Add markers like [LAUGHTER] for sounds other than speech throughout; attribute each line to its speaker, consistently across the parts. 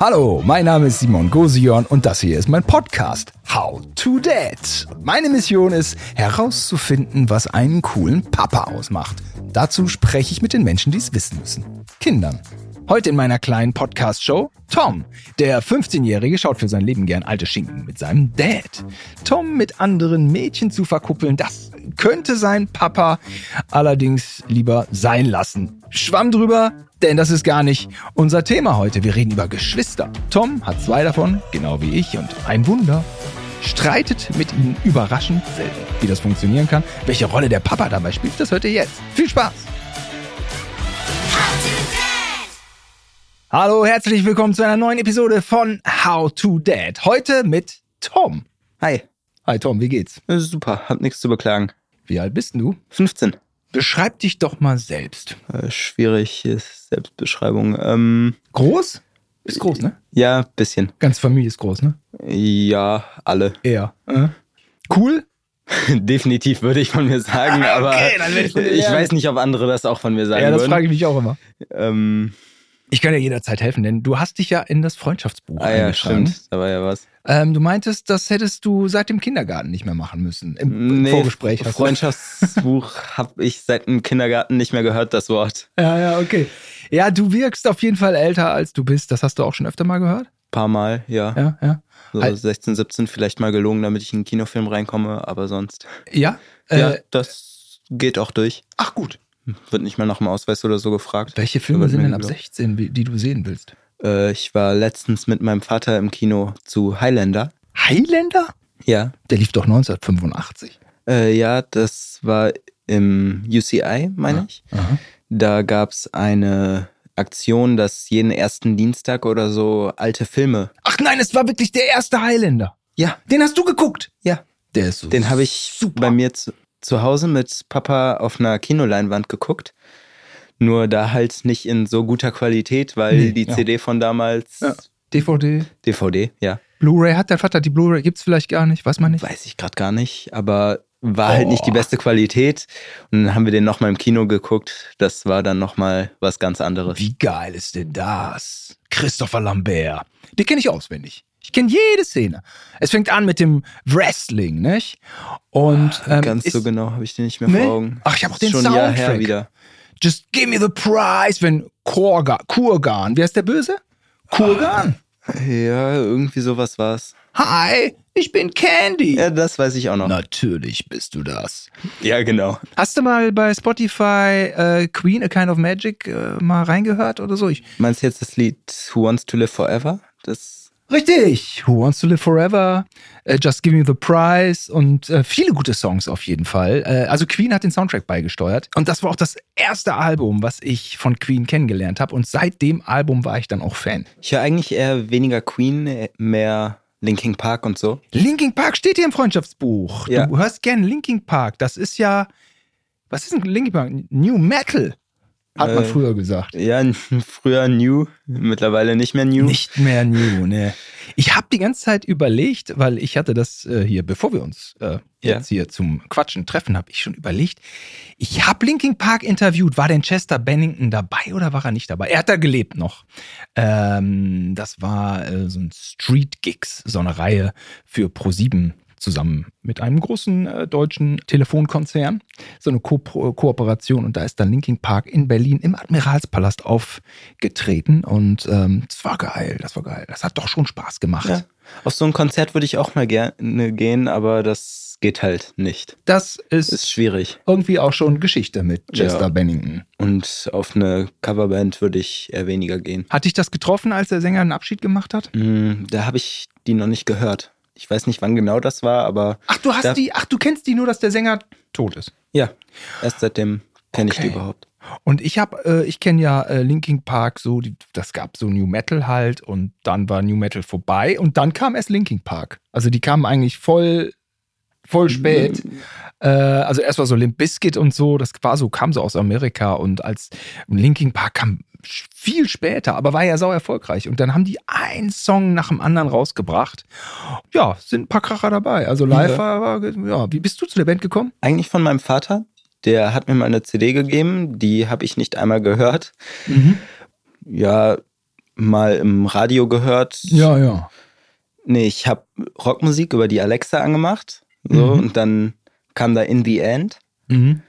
Speaker 1: Hallo, mein Name ist Simon Gosion und das hier ist mein Podcast How to Dad. Und meine Mission ist herauszufinden, was einen coolen Papa ausmacht. Dazu spreche ich mit den Menschen, die es wissen müssen. Kindern. Heute in meiner kleinen Podcast-Show Tom. Der 15-Jährige schaut für sein Leben gern alte Schinken mit seinem Dad. Tom mit anderen Mädchen zu verkuppeln, das könnte sein Papa allerdings lieber sein lassen. Schwamm drüber, denn das ist gar nicht unser Thema heute. Wir reden über Geschwister. Tom hat zwei davon, genau wie ich, und ein Wunder. Streitet mit ihnen überraschend selten. Wie das funktionieren kann, welche Rolle der Papa dabei spielt, das hört ihr jetzt. Viel Spaß! Hallo, herzlich willkommen zu einer neuen Episode von How to Dad. Heute mit Tom.
Speaker 2: Hi,
Speaker 1: Hi Tom, wie geht's?
Speaker 2: das ist super, hab nichts zu beklagen.
Speaker 1: Wie alt bist denn du?
Speaker 2: 15.
Speaker 1: Beschreib dich doch mal selbst.
Speaker 2: Äh, schwierig ist Selbstbeschreibung. Ähm,
Speaker 1: Groß? Ist groß, ne?
Speaker 2: ja, bisschen.
Speaker 1: Ganz Familie ist groß, ne?
Speaker 2: Ja, alle. [LAUGHS]
Speaker 1: Ja. Äh. Cool?
Speaker 2: Definitiv würde ich von mir sagen,
Speaker 1: [LAUGHS] Ah, okay,
Speaker 2: aber
Speaker 1: dann werd ich
Speaker 2: ich,
Speaker 1: von dir lernen.
Speaker 2: weiß nicht, ob andere das auch von mir sagen
Speaker 1: Ja, das
Speaker 2: würden.
Speaker 1: frage ich mich auch immer.
Speaker 2: ähm,
Speaker 1: Ich kann dir jederzeit helfen, denn du hast dich ja in das Freundschaftsbuch
Speaker 2: ah ja,
Speaker 1: eingetragen.
Speaker 2: stimmt. Da war ja was.
Speaker 1: Ähm, du meintest, das hättest du seit dem Kindergarten nicht mehr machen müssen. Im
Speaker 2: Nee,
Speaker 1: Vorgespräch. hast du-
Speaker 2: Freundschaftsbuch
Speaker 1: [LAUGHS]
Speaker 2: habe ich seit dem Kindergarten nicht mehr gehört, das Wort.
Speaker 1: Ja, ja, okay. Ja, du wirkst auf jeden Fall älter, als du bist. Das hast du auch schon öfter mal gehört.
Speaker 2: Paar Mal, ja.
Speaker 1: Ja, ja. Al-
Speaker 2: So 16, 17 vielleicht mal gelogen, damit ich in einen Kinofilm reinkomme, aber sonst.
Speaker 1: Ja?
Speaker 2: ja,
Speaker 1: Äh,
Speaker 2: das geht auch durch.
Speaker 1: Ach gut.
Speaker 2: Wird nicht mal nach dem Ausweis oder so gefragt.
Speaker 1: Welche Filme
Speaker 2: Wird
Speaker 1: sind
Speaker 2: mir
Speaker 1: denn ab
Speaker 2: geglaubt.
Speaker 1: 16, wie- die du sehen willst?
Speaker 2: Äh, ich war letztens mit meinem Vater im Kino zu Highlander.
Speaker 1: Highlander?
Speaker 2: Ja.
Speaker 1: Der lief doch 1985.
Speaker 2: Äh, ja, das war im UCI, meine
Speaker 1: Ah.
Speaker 2: ich.
Speaker 1: Aha.
Speaker 2: Da gab es eine Aktion, dass jeden ersten Dienstag oder so alte Filme.
Speaker 1: Ach nein, es war wirklich der erste Highlander.
Speaker 2: Ja,
Speaker 1: Den hast du geguckt?
Speaker 2: ja.
Speaker 1: Der ist so
Speaker 2: Den habe ich bei mir zu, zu Hause mit Papa auf einer Kinoleinwand geguckt. Nur da halt nicht in so guter Qualität, weil
Speaker 1: Nee,
Speaker 2: die
Speaker 1: ja.
Speaker 2: CD von damals,
Speaker 1: Ja. DVD,
Speaker 2: DVD, ja,
Speaker 1: Blu-ray, hat dein Vater die Blu-ray? Gibt's vielleicht gar nicht, weiß man nicht.
Speaker 2: Weiß ich gerade gar nicht, aber war
Speaker 1: Oh.
Speaker 2: halt nicht die beste Qualität. Und dann haben wir den nochmal im Kino geguckt. Das war dann nochmal was ganz anderes.
Speaker 1: Wie geil ist denn das? Christopher Lambert. Den kenne ich auswendig. Ich kenne jede Szene. Es fängt an mit dem Wrestling, nicht? Und ähm,
Speaker 2: ganz
Speaker 1: ist
Speaker 2: so genau habe ich den nicht mehr
Speaker 1: Nee?
Speaker 2: vor Augen.
Speaker 1: Ach, ich hab auch
Speaker 2: Ist
Speaker 1: den
Speaker 2: Schon ein Jahr her
Speaker 1: Soundtrack.
Speaker 2: wieder.
Speaker 1: Just give me the prize, wenn Kurgan, Kurgan, wer ist der Böse? Kurgan.
Speaker 2: Ja, irgendwie sowas war's.
Speaker 1: Hi, ich bin Candy.
Speaker 2: Ja, das weiß ich auch noch.
Speaker 1: Natürlich bist du das.
Speaker 2: Ja, genau.
Speaker 1: Hast du mal bei Spotify äh, Queen, A Kind of Magic äh, mal reingehört oder so? Ich,
Speaker 2: Meinst du jetzt das Lied Who Wants to Live Forever? Das
Speaker 1: richtig. Who Wants to Live Forever, äh, Just Give Me the Prize und äh, viele gute Songs auf jeden Fall. Äh, also Queen hat den Soundtrack beigesteuert und das war auch das erste Album, was ich von Queen kennengelernt habe und seit dem Album war ich dann auch Fan.
Speaker 2: ich höre eigentlich eher weniger Queen, mehr Linkin Park und so.
Speaker 1: Linking Park steht hier im Freundschaftsbuch.
Speaker 2: Ja.
Speaker 1: Du hörst gern Linking Park. Das ist ja, was ist denn Linking Park? New Metal, hat man
Speaker 2: Äh,
Speaker 1: früher gesagt.
Speaker 2: Ja, früher New, mittlerweile nicht mehr New.
Speaker 1: Nicht mehr New, ne. Ich habe die ganze Zeit überlegt, weil ich hatte das äh, hier, bevor wir uns äh,
Speaker 2: Ja.
Speaker 1: jetzt hier zum Quatschen treffen, habe ich schon überlegt. Ich habe Linkin Park interviewt. War denn Chester Bennington dabei oder war er nicht dabei? Er hat da gelebt noch. Ähm, das war äh, so ein Street Gigs, so eine Reihe für Pro7 zusammen mit einem großen äh, deutschen Telefonkonzern. So eine Ko Pro- Kooperation und da ist dann Linkin Park in Berlin im Admiralspalast aufgetreten und ähm, das war geil, das war geil. Das hat doch schon Spaß gemacht.
Speaker 2: Ja. Auf so ein Konzert würde ich auch mal gerne gehen, aber das geht halt nicht.
Speaker 1: Das ist,
Speaker 2: Ist schwierig.
Speaker 1: irgendwie auch schon Geschichte mit Chester
Speaker 2: Ja.
Speaker 1: Bennington.
Speaker 2: Und auf eine Coverband würde ich eher weniger gehen.
Speaker 1: Hat dich das getroffen, als der Sänger einen Abschied gemacht hat?
Speaker 2: Hm, da habe ich die noch nicht gehört. Ich weiß nicht, wann genau das war, aber
Speaker 1: Ach, du hast
Speaker 2: Da-
Speaker 1: die, ach, du kennst die nur, dass der Sänger tot ist.
Speaker 2: ja, erst seitdem kenne ich
Speaker 1: Okay.
Speaker 2: die überhaupt.
Speaker 1: Und ich habe, äh, ich kenne ja äh, Linkin Park so, die, das gab so New Metal halt und dann war New Metal vorbei und dann kam erst Linkin Park. Also die kamen eigentlich voll, voll spät. Äh, also erst war so Limp Bizkit und so, das war so, kam so aus Amerika und als und Linkin Park kam sch- viel später, aber war ja sau erfolgreich und dann haben die einen Song nach dem anderen rausgebracht. Ja, sind ein paar Kracher dabei. Also live
Speaker 2: Ja.
Speaker 1: war, ja, wie bist du zu der Band gekommen?
Speaker 2: Eigentlich von meinem Vater. Der hat mir
Speaker 1: Mhm.
Speaker 2: mal eine CD gegeben, die habe ich nicht einmal gehört. Ja, mal im Radio gehört.
Speaker 1: Ja, ja.
Speaker 2: Nee, ich habe Rockmusik über die Alexa angemacht. So, und dann kam da In the End.
Speaker 1: Mhm.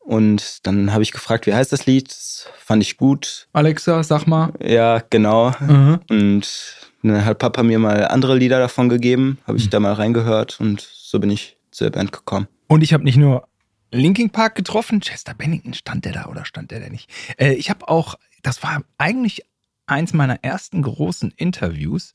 Speaker 2: Und dann habe ich gefragt, wie heißt das Lied? Das fand ich gut.
Speaker 1: Alexa, sag mal.
Speaker 2: Ja, genau.
Speaker 1: Mhm.
Speaker 2: Und dann hat Papa mir mal andere Lieder davon gegeben. Habe ich
Speaker 1: Hm.
Speaker 2: da mal reingehört und so bin ich zur Band gekommen.
Speaker 1: Und ich habe nicht nur Linkin Park getroffen, Chester Bennington, stand der da oder stand der da nicht? Äh, ich habe auch, das war eigentlich eins meiner ersten großen Interviews,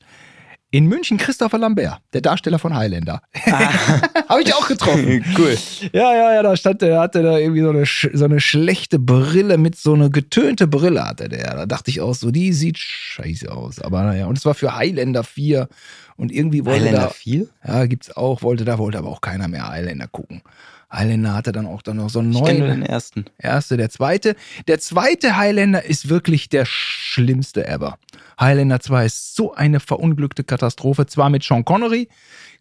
Speaker 1: in München Christopher Lambert, der Darsteller von Highlander. [LAUGHS] habe ich auch getroffen.
Speaker 2: [LAUGHS] cool.
Speaker 1: Ah. Ja, ja, ja, da stand der, hatte da irgendwie so eine, sch- so eine schlechte Brille mit so eine getönte Brille hatte der. Da dachte ich auch so, die sieht scheiße aus. Aber naja, und es war für Highlander 4 und irgendwie wollte
Speaker 2: Highlander
Speaker 1: da,
Speaker 2: 4?
Speaker 1: ja, gibt's auch, wollte da, wollte aber auch keiner mehr Highlander gucken. Highlander hatte dann auch dann noch so einen
Speaker 2: Ich kenne nur
Speaker 1: neuen.
Speaker 2: den ersten.
Speaker 1: Erste, der zweite. Der zweite Highlander ist wirklich der schlimmste ever. Highlander 2 ist so eine verunglückte Katastrophe. Zwar mit Sean Connery,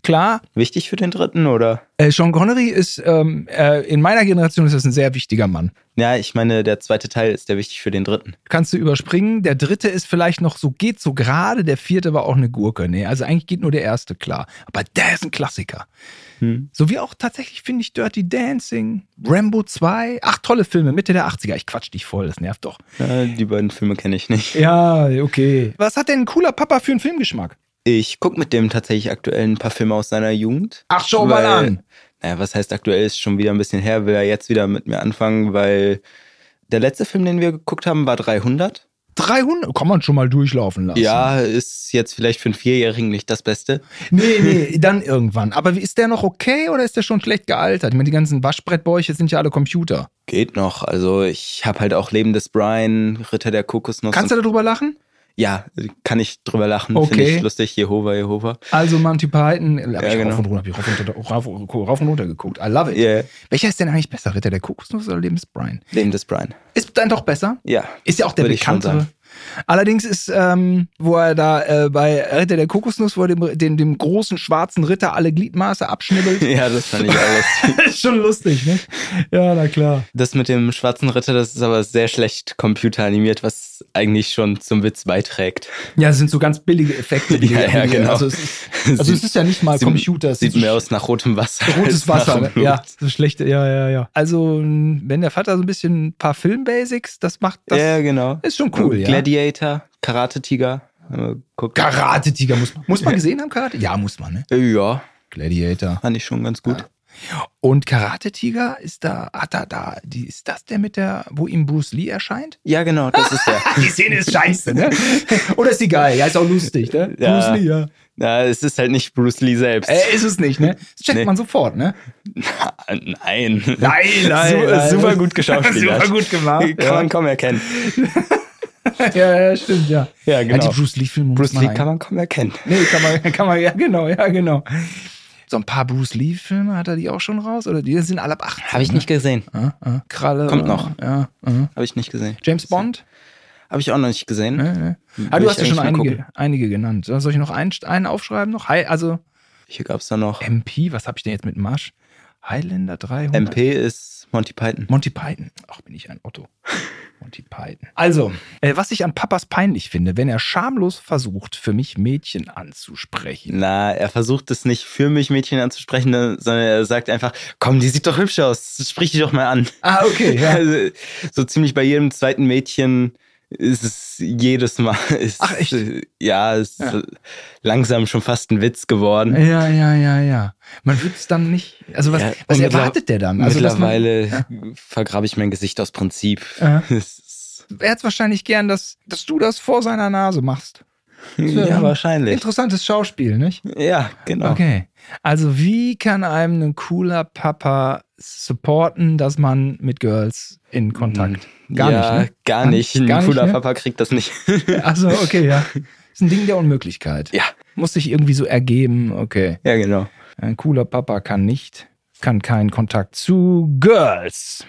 Speaker 1: klar,
Speaker 2: Wichtig für den dritten, oder?
Speaker 1: äh, Sean Connery ist, ähm, äh, in meiner Generation ist das ein sehr wichtiger Mann.
Speaker 2: Ja, ich meine, der zweite Teil ist der wichtig für den dritten.
Speaker 1: Kannst du überspringen. Der dritte ist vielleicht noch so, geht so gerade. Der vierte war auch eine Gurke. Nee, also eigentlich geht nur der erste klar. Aber der ist ein Klassiker.
Speaker 2: Hm.
Speaker 1: So wie auch tatsächlich finde ich Dirty Dancing, Rambo 2. Ach, tolle Filme, Mitte der 80er. Ich quatsch dich voll, das nervt doch.
Speaker 2: Ja, die beiden Filme kenne ich nicht.
Speaker 1: Ja, okay. Was hat denn ein cooler Papa für einen Filmgeschmack?
Speaker 2: Ich gucke mit dem tatsächlich aktuell ein paar Filme aus seiner Jugend.
Speaker 1: Ach, schau mal
Speaker 2: Weil-
Speaker 1: an.
Speaker 2: Naja, was heißt aktuell ist schon wieder ein bisschen her, will er jetzt wieder mit mir anfangen, weil der letzte Film, den wir geguckt haben, war 300.
Speaker 1: 300 kann man schon mal durchlaufen lassen.
Speaker 2: Ja, ist jetzt vielleicht für einen Vierjährigen nicht das Beste.
Speaker 1: Nee, nee, dann irgendwann. Aber wie- ist der noch okay oder ist der schon schlecht gealtert? Ich meine, die ganzen Waschbrettbäuche sind ja alle Computer.
Speaker 2: Geht noch. Also ich habe halt auch Leben des Brian, Ritter der Kokosnuss.
Speaker 1: Kannst du
Speaker 2: und-
Speaker 1: darüber lachen?
Speaker 2: ja, kann ich drüber lachen. Finde
Speaker 1: Okay.
Speaker 2: ich lustig. Jehova, Jehova.
Speaker 1: Also Monty Python, äh, hab
Speaker 2: Ja,
Speaker 1: ich
Speaker 2: genau.
Speaker 1: rauf und runter, hab ich rauf und runter, rauf, rauf und runter geguckt. I love it.
Speaker 2: Yeah.
Speaker 1: Welcher ist denn eigentlich besser, Ritter der Kokosnuss oder Lebensbrian?
Speaker 2: Leben des Brian.
Speaker 1: Ist dann doch besser?
Speaker 2: Ja. [LAUGHS]
Speaker 1: Ist ja auch der
Speaker 2: Würde ich schon
Speaker 1: bekanntere.
Speaker 2: sagen.
Speaker 1: Allerdings ist, ähm, wo er da äh, bei Ritter der Kokosnuss, wo er dem, dem, dem großen schwarzen Ritter alle Gliedmaße abschnibbelt.
Speaker 2: [LAUGHS] Ja, das fand ich alles.
Speaker 1: ist schon lustig, ne? Ja, na klar.
Speaker 2: Das mit dem schwarzen Ritter, das ist aber sehr schlecht computeranimiert, was eigentlich schon zum Witz beiträgt.
Speaker 1: Ja, das sind so ganz billige Effekte. die
Speaker 2: Ja,
Speaker 1: die
Speaker 2: ja,
Speaker 1: animieren.
Speaker 2: genau.
Speaker 1: Also es ist, also es ist ja nicht mal
Speaker 2: sieht-
Speaker 1: Computer. es
Speaker 2: Sieht
Speaker 1: ist
Speaker 2: mehr aus nach rotem Wasser.
Speaker 1: [LAUGHS] Rotes
Speaker 2: als nach
Speaker 1: Wasser, ne?
Speaker 2: Blut.
Speaker 1: ja, das schlechte, ja, ja, ja. Also, wenn der Vater so ein bisschen ein paar Film-Basics, das macht, das
Speaker 2: ja, genau.
Speaker 1: ist schon cool, ja.
Speaker 2: Gladiator, Karate-Tiger. äh, guckt.
Speaker 1: Karate-Tiger, muss man, muss man gesehen haben, Karate? Ja, muss man, ne?
Speaker 2: ja,
Speaker 1: Gladiator.
Speaker 2: fand ich schon ganz gut.
Speaker 1: Und Karate-Tiger ist da, hat er da, die, ist das der mit der, wo ihm Bruce Lee erscheint?
Speaker 2: Ja, genau, das ist der.
Speaker 1: Die Szene ist scheiße, ne? [LAUGHS] Oder ist die geil? Ja, ist auch lustig, ne?
Speaker 2: Ja.
Speaker 1: Bruce Lee, ja.
Speaker 2: [LAUGHS] ja, es ist halt nicht Bruce Lee selbst.
Speaker 1: Äh, ist es nicht, ne? Das checkt
Speaker 2: Nee.
Speaker 1: man sofort, ne?
Speaker 2: Ah, Nein. [LAUGHS]
Speaker 1: Nein,
Speaker 2: Su- Super gut geschauspielert.
Speaker 1: [LAUGHS] Super gut gemacht.
Speaker 2: Kann man kaum erkennen.
Speaker 1: Ja, ja, stimmt, ja.
Speaker 2: Ja, genau.
Speaker 1: Ja, die Bruce Lee-Filme muss
Speaker 2: Bruce
Speaker 1: man
Speaker 2: Lee kann man kaum erkennen.
Speaker 1: eigentlich- Nee, kann man, [LAUGHS] kann man, ja, genau, ja, genau. So ein paar Bruce Lee-Filme, hat er die auch schon raus? Oder die sind alle ab 18?
Speaker 2: Habe ich nicht gesehen.
Speaker 1: Ah, ah, Kralle.
Speaker 2: Kommt
Speaker 1: ah,
Speaker 2: noch.
Speaker 1: Ja, ah.
Speaker 2: Habe ich nicht gesehen.
Speaker 1: James Bond?
Speaker 2: Habe ich auch noch nicht gesehen.
Speaker 1: Ne, ne. Ah,
Speaker 2: Will
Speaker 1: du
Speaker 2: ich
Speaker 1: hast ja schon
Speaker 2: eigentlich mal
Speaker 1: einige,
Speaker 2: gucken.
Speaker 1: einige genannt. Soll ich noch einen, einen aufschreiben noch? Hi, also
Speaker 2: Hier gab es da noch.
Speaker 1: MP, was habe ich denn jetzt mit Marsch? Highlander 300.
Speaker 2: MP ist Monty Python.
Speaker 1: Monty Python. Ach, bin ich ein Otto. Monty Python. Also, äh, was ich an Papas peinlich finde, wenn er schamlos versucht, für mich Mädchen anzusprechen.
Speaker 2: Na, er versucht es nicht für mich Mädchen anzusprechen, ne, sondern er sagt einfach, komm, die sieht doch hübsch aus, sprich die doch mal an.
Speaker 1: Ah, okay.
Speaker 2: [LAUGHS] Also, so ziemlich bei jedem zweiten Mädchen ist es jedes Mal. [LAUGHS] Ist,
Speaker 1: Ach, echt?
Speaker 2: Ja, ist
Speaker 1: Ja.
Speaker 2: langsam schon fast ein Witz geworden.
Speaker 1: Ja, ja, ja, ja. Man wird es dann nicht. Also, was,
Speaker 2: Hm? Ja,
Speaker 1: was
Speaker 2: und mittler-
Speaker 1: erwartet der dann? Also, dass man-
Speaker 2: Mittlerweile vergrabe ich mein Gesicht aus Prinzip. [LAUGHS]
Speaker 1: Ja.
Speaker 2: Es ist-
Speaker 1: Äh, er hätte wahrscheinlich gern, dass, dass du das vor seiner Nase machst.
Speaker 2: ja,
Speaker 1: Ja.
Speaker 2: wahrscheinlich.
Speaker 1: Interessantes Schauspiel, nicht?
Speaker 2: Ja, genau.
Speaker 1: Okay. Also, wie kann einem ein cooler Papa supporten, dass man mit Girls in Kontakt? Gar
Speaker 2: Hm. ja,
Speaker 1: nicht, ne?
Speaker 2: gar nicht. Ein
Speaker 1: Gar nicht,
Speaker 2: cooler
Speaker 1: ne?
Speaker 2: Papa kriegt das nicht.
Speaker 1: Also, okay,
Speaker 2: [LAUGHS]
Speaker 1: ja. Ist ein Ding der Unmöglichkeit.
Speaker 2: ja,
Speaker 1: Muss sich irgendwie so ergeben, okay.
Speaker 2: ja, genau.
Speaker 1: Ein cooler Papa kann nicht, kann keinen Kontakt zu Girls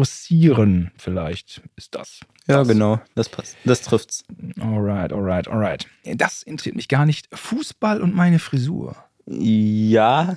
Speaker 1: forcieren, vielleicht ist das.
Speaker 2: Ja,
Speaker 1: das.
Speaker 2: genau. Das passt. Das trifft's.
Speaker 1: Alright, alright, alright. Das interessiert mich gar nicht. Fußball und meine Frisur.
Speaker 2: Ja.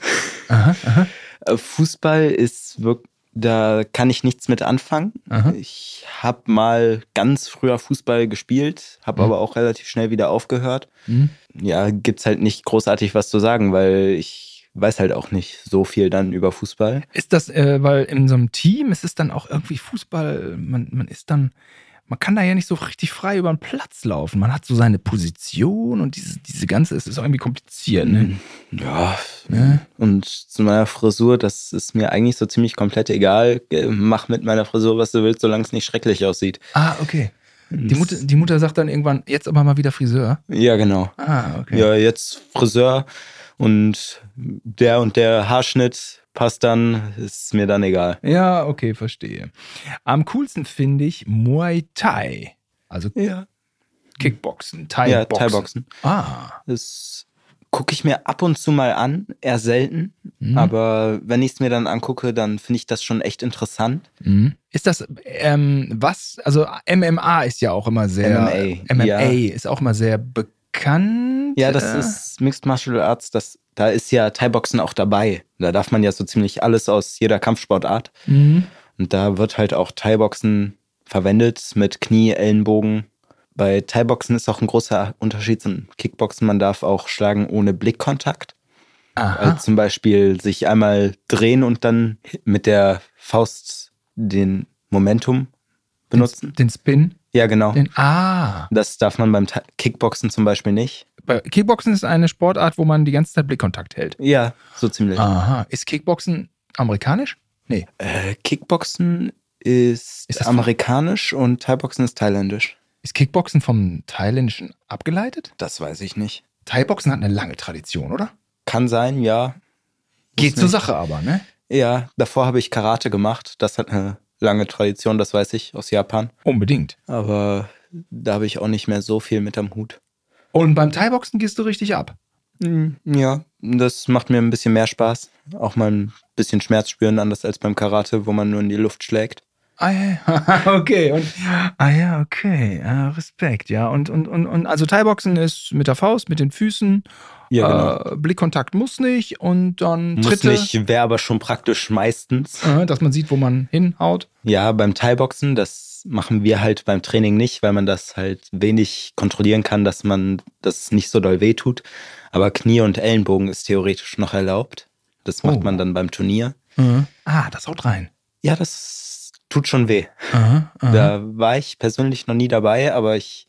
Speaker 1: Aha, aha.
Speaker 2: Fußball Äh, ist wirklich. Da kann ich nichts mit anfangen.
Speaker 1: Aha.
Speaker 2: Ich habe mal ganz früher Fußball gespielt, habe aber auch relativ schnell wieder aufgehört.
Speaker 1: Mhm.
Speaker 2: Ja, gibt's halt nicht großartig was zu sagen, weil ich weiß halt auch nicht so viel dann über Fußball.
Speaker 1: Ist das, äh, weil in so einem Team ist es dann auch irgendwie Fußball, man, man ist dann, man kann da ja nicht so richtig frei über den Platz laufen. Man hat so seine Position und diese, diese ganze, es ist auch irgendwie kompliziert, ne?
Speaker 2: Ja,
Speaker 1: Ne?
Speaker 2: Und zu meiner Frisur, das ist mir eigentlich so ziemlich komplett egal. Äh, Mach mit meiner Frisur, was du willst, solange es nicht schrecklich aussieht.
Speaker 1: Ah, okay. Die
Speaker 2: Das-
Speaker 1: Mutter, die Mutter sagt dann irgendwann, jetzt aber mal wieder Friseur.
Speaker 2: Ja, genau.
Speaker 1: Ah, okay.
Speaker 2: Ja, jetzt Friseur und der und der Haarschnitt passt dann, ist mir dann egal.
Speaker 1: Ja, okay, verstehe. Am coolsten finde ich Muay Thai. Also
Speaker 2: Ja.
Speaker 1: Kickboxen, Thai-Boxen.
Speaker 2: Ja, Thai-Boxen.
Speaker 1: Ah,
Speaker 2: Das gucke ich mir ab und zu mal an, eher selten.
Speaker 1: Mhm.
Speaker 2: Aber wenn ich es mir dann angucke, dann finde ich das schon echt interessant.
Speaker 1: mhm. ist das ähm, was? Also MMA ist ja auch immer sehr.
Speaker 2: MMA,
Speaker 1: MMA
Speaker 2: ja.
Speaker 1: ist auch immer sehr bekannt.
Speaker 2: Ja, das
Speaker 1: äh,
Speaker 2: ist Mixed Martial Arts, das, da ist ja Thai-Boxen auch dabei. Da darf man ja so ziemlich alles aus jeder Kampfsportart.
Speaker 1: Mhm.
Speaker 2: Und da wird halt auch Thai-Boxen verwendet mit Knie, Ellenbogen. Bei Thai-Boxen ist auch ein großer Unterschied zum Kickboxen. Man darf auch schlagen ohne Blickkontakt.
Speaker 1: Aha.
Speaker 2: Also zum Beispiel sich einmal drehen und dann mit der Faust den Momentum benutzen.
Speaker 1: Den Spin.
Speaker 2: Ja, genau.
Speaker 1: Den, ah.
Speaker 2: Das darf man beim Thai- Kickboxen zum Beispiel nicht.
Speaker 1: Bei Kickboxen ist eine Sportart, wo man die ganze Zeit Blickkontakt hält.
Speaker 2: Ja, so ziemlich.
Speaker 1: Aha. Ist Kickboxen amerikanisch? Nee.
Speaker 2: Äh, Kickboxen ist,
Speaker 1: Ist das-
Speaker 2: amerikanisch und Thai-Boxen ist thailändisch.
Speaker 1: Ist Kickboxen vom Thailändischen abgeleitet?
Speaker 2: Das weiß ich nicht.
Speaker 1: Thai-Boxen hat eine lange Tradition, oder?
Speaker 2: Kann sein, ja.
Speaker 1: Geht
Speaker 2: Muss
Speaker 1: zur
Speaker 2: nicht.
Speaker 1: Sache aber, ne?
Speaker 2: Ja, davor habe ich Karate gemacht. Das hat eine lange Tradition, das weiß ich, aus Japan.
Speaker 1: Unbedingt.
Speaker 2: Aber da habe ich auch nicht mehr so viel mit am Hut.
Speaker 1: Und beim Thai-Boxen gehst du richtig ab. Mhm.
Speaker 2: Hm, Ja, das macht mir ein bisschen mehr Spaß. Auch mal ein bisschen Schmerz spüren, anders als beim Karate, wo man nur in die Luft schlägt.
Speaker 1: Ah ja, [LAUGHS] okay. Und, ah ja, okay. Ah, Respekt, ja. Und, und, und, und also Thai-Boxen ist mit der Faust, mit den Füßen.
Speaker 2: Ja, genau.
Speaker 1: Äh, Blickkontakt muss nicht. Und dann
Speaker 2: Muss
Speaker 1: Tritte,
Speaker 2: nicht, wäre aber schon praktisch meistens.
Speaker 1: äh, dass man sieht, wo man hinhaut.
Speaker 2: Ja, beim Thai-Boxen, das machen wir halt beim Training nicht, weil man das halt wenig kontrollieren kann, dass man das nicht so doll wehtut. Aber Knie und Ellenbogen ist theoretisch noch erlaubt. Das macht
Speaker 1: Oh.
Speaker 2: man dann beim Turnier.
Speaker 1: Ah, das haut rein.
Speaker 2: Ja, das tut schon weh.
Speaker 1: Aha, aha.
Speaker 2: Da war ich persönlich noch nie dabei, aber ich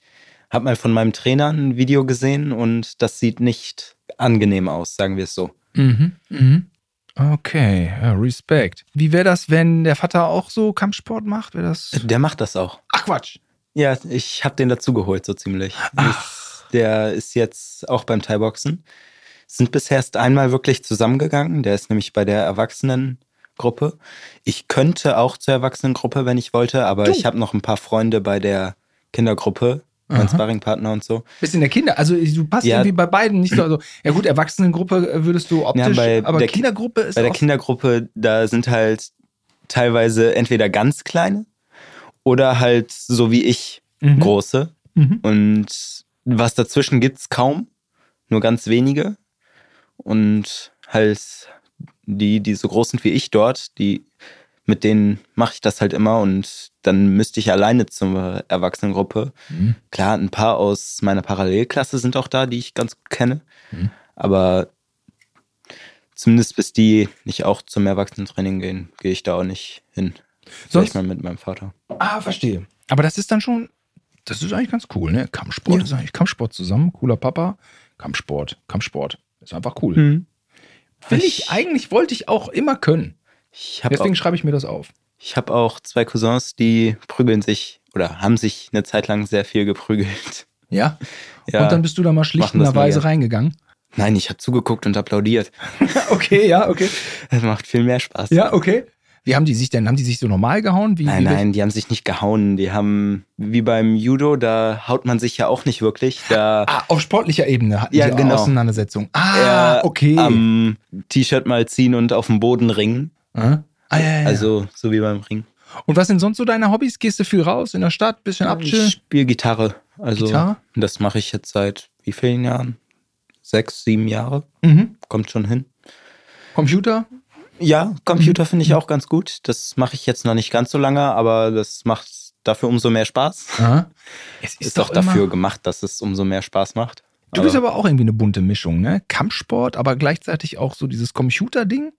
Speaker 2: habe mal von meinem Trainer ein Video gesehen und das sieht nicht angenehm aus, sagen wir es so.
Speaker 1: Mhm, mhm. Okay, ja, Respekt. Wie wäre das, wenn der Vater auch so Kampfsport macht? Wäre das.
Speaker 2: Der macht das auch.
Speaker 1: Äh, Ach Quatsch!
Speaker 2: Ja, ich habe den dazugeholt, so ziemlich.
Speaker 1: Ach.
Speaker 2: Der ist jetzt auch beim Thai-Boxen. Sind bisher erst einmal wirklich zusammengegangen. Der ist nämlich bei der Erwachsenengruppe. Ich könnte auch zur Erwachsenengruppe, wenn ich wollte, aber
Speaker 1: Du.
Speaker 2: ich habe noch ein paar Freunde bei der Kindergruppe, mein
Speaker 1: Aha.
Speaker 2: Sparringpartner und so.
Speaker 1: Bisschen der Kinder, also du passt
Speaker 2: Ja.
Speaker 1: irgendwie bei beiden nicht so. Also, ja gut, Erwachsenengruppe äh, würdest du optisch,
Speaker 2: bei
Speaker 1: aber
Speaker 2: der Ki-
Speaker 1: Kindergruppe ist
Speaker 2: Bei der
Speaker 1: auch-
Speaker 2: Kindergruppe, da sind halt teilweise entweder ganz kleine oder halt so wie ich
Speaker 1: Mhm.
Speaker 2: große.
Speaker 1: Mhm.
Speaker 2: Und was dazwischen gibt's kaum, nur ganz wenige. Und halt die, die so groß sind wie ich dort, die mit denen mache ich das halt immer und dann müsste ich alleine zur Erwachsenengruppe.
Speaker 1: Mhm.
Speaker 2: Klar, ein paar aus meiner Parallelklasse sind auch da, die ich ganz gut kenne.
Speaker 1: Mhm.
Speaker 2: Aber zumindest bis die nicht auch zum Erwachsenentraining gehen, gehe ich da auch nicht hin.
Speaker 1: Sonst-
Speaker 2: Vielleicht mal mit meinem Vater.
Speaker 1: Ah, verstehe. Aber das ist dann schon, das ist eigentlich ganz cool, ne? Kampfsport ist eigentlich Kampfsport zusammen, cooler Papa, Kampfsport, Kampfsport. Ist einfach cool.
Speaker 2: Hm.
Speaker 1: Will ich,
Speaker 2: Ich-
Speaker 1: eigentlich wollte ich auch immer können.
Speaker 2: Ich habe
Speaker 1: Deswegen schreibe ich mir das auf.
Speaker 2: Ich habe auch zwei Cousins, die prügeln sich oder haben sich eine Zeit lang sehr viel geprügelt. [LAUGHS]
Speaker 1: Ja?
Speaker 2: Ja.
Speaker 1: Und dann bist du da mal
Speaker 2: Machen das
Speaker 1: schlichtenderweise
Speaker 2: mal, ja.
Speaker 1: reingegangen. [LAUGHS]
Speaker 2: Nein, ich habe zugeguckt und applaudiert. [LAUGHS]
Speaker 1: okay, ja, okay.
Speaker 2: Das macht viel mehr Spaß.
Speaker 1: Ja, okay. Wie haben die sich denn? Haben die sich so normal gehauen? Wie,
Speaker 2: Nein,
Speaker 1: wie
Speaker 2: nein, die haben sich nicht gehauen. Die haben, wie beim Judo, da haut man sich ja auch nicht wirklich. Da
Speaker 1: Ah, auf sportlicher Ebene hatten
Speaker 2: Ja,
Speaker 1: die
Speaker 2: genau.
Speaker 1: Auseinandersetzung. Ah,
Speaker 2: eher
Speaker 1: okay.
Speaker 2: am T-Shirt mal ziehen und auf dem Boden ringen.
Speaker 1: Äh? ah, ja, ja, ja.
Speaker 2: Also so wie beim Ring.
Speaker 1: Und was sind sonst so deine Hobbys? Gehst du viel raus in der Stadt, bisschen abchillen?
Speaker 2: Ich spiele Gitarre. Also
Speaker 1: Gitarre?
Speaker 2: das mache ich jetzt seit wie vielen Jahren? Sechs, sieben Jahre.
Speaker 1: Mhm.
Speaker 2: Kommt schon hin.
Speaker 1: Computer?
Speaker 2: Ja,
Speaker 1: Mhm.
Speaker 2: Computer finde ich auch ganz gut. Das mache ich jetzt noch nicht ganz so lange, aber das macht dafür umso mehr Spaß.
Speaker 1: Aha. Es
Speaker 2: Ist, doch,
Speaker 1: Äh? immer-
Speaker 2: dafür äh, gemacht, dass es umso mehr Spaß macht.
Speaker 1: Du bist aber auch irgendwie eine bunte Mischung, ne? Kampfsport, aber gleichzeitig auch so dieses Computer-Ding.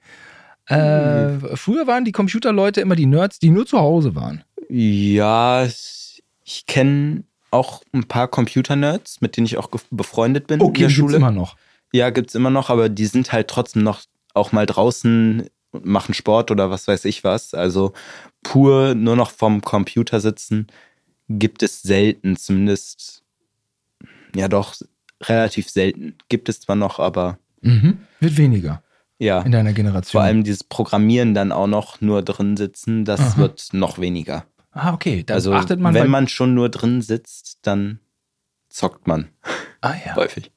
Speaker 1: Äh,
Speaker 2: Mhm.
Speaker 1: Früher waren die Computerleute immer die Nerds, die nur zu Hause waren.
Speaker 2: Ja, es- ich kenne auch ein paar Computer-Nerds, mit denen ich auch ge- befreundet bin in der
Speaker 1: die gibt's
Speaker 2: Schule.
Speaker 1: immer noch.
Speaker 2: Ja, gibt's immer noch, aber die sind halt trotzdem noch auch mal draußen und machen Sport oder was weiß ich was. Also pur nur noch vom Computer sitzen gibt es selten, zumindest ja doch relativ selten. Gibt es zwar noch, aber
Speaker 1: Mhm. Wird weniger
Speaker 2: ja,
Speaker 1: in deiner Generation.
Speaker 2: vor allem dieses Programmieren dann auch noch nur drin sitzen, das
Speaker 1: Aha.
Speaker 2: wird noch weniger.
Speaker 1: ah, okay. Da
Speaker 2: Also
Speaker 1: achtet man, bei,
Speaker 2: wenn man schon nur drin sitzt, dann zockt man
Speaker 1: Ah, ja.
Speaker 2: häufig.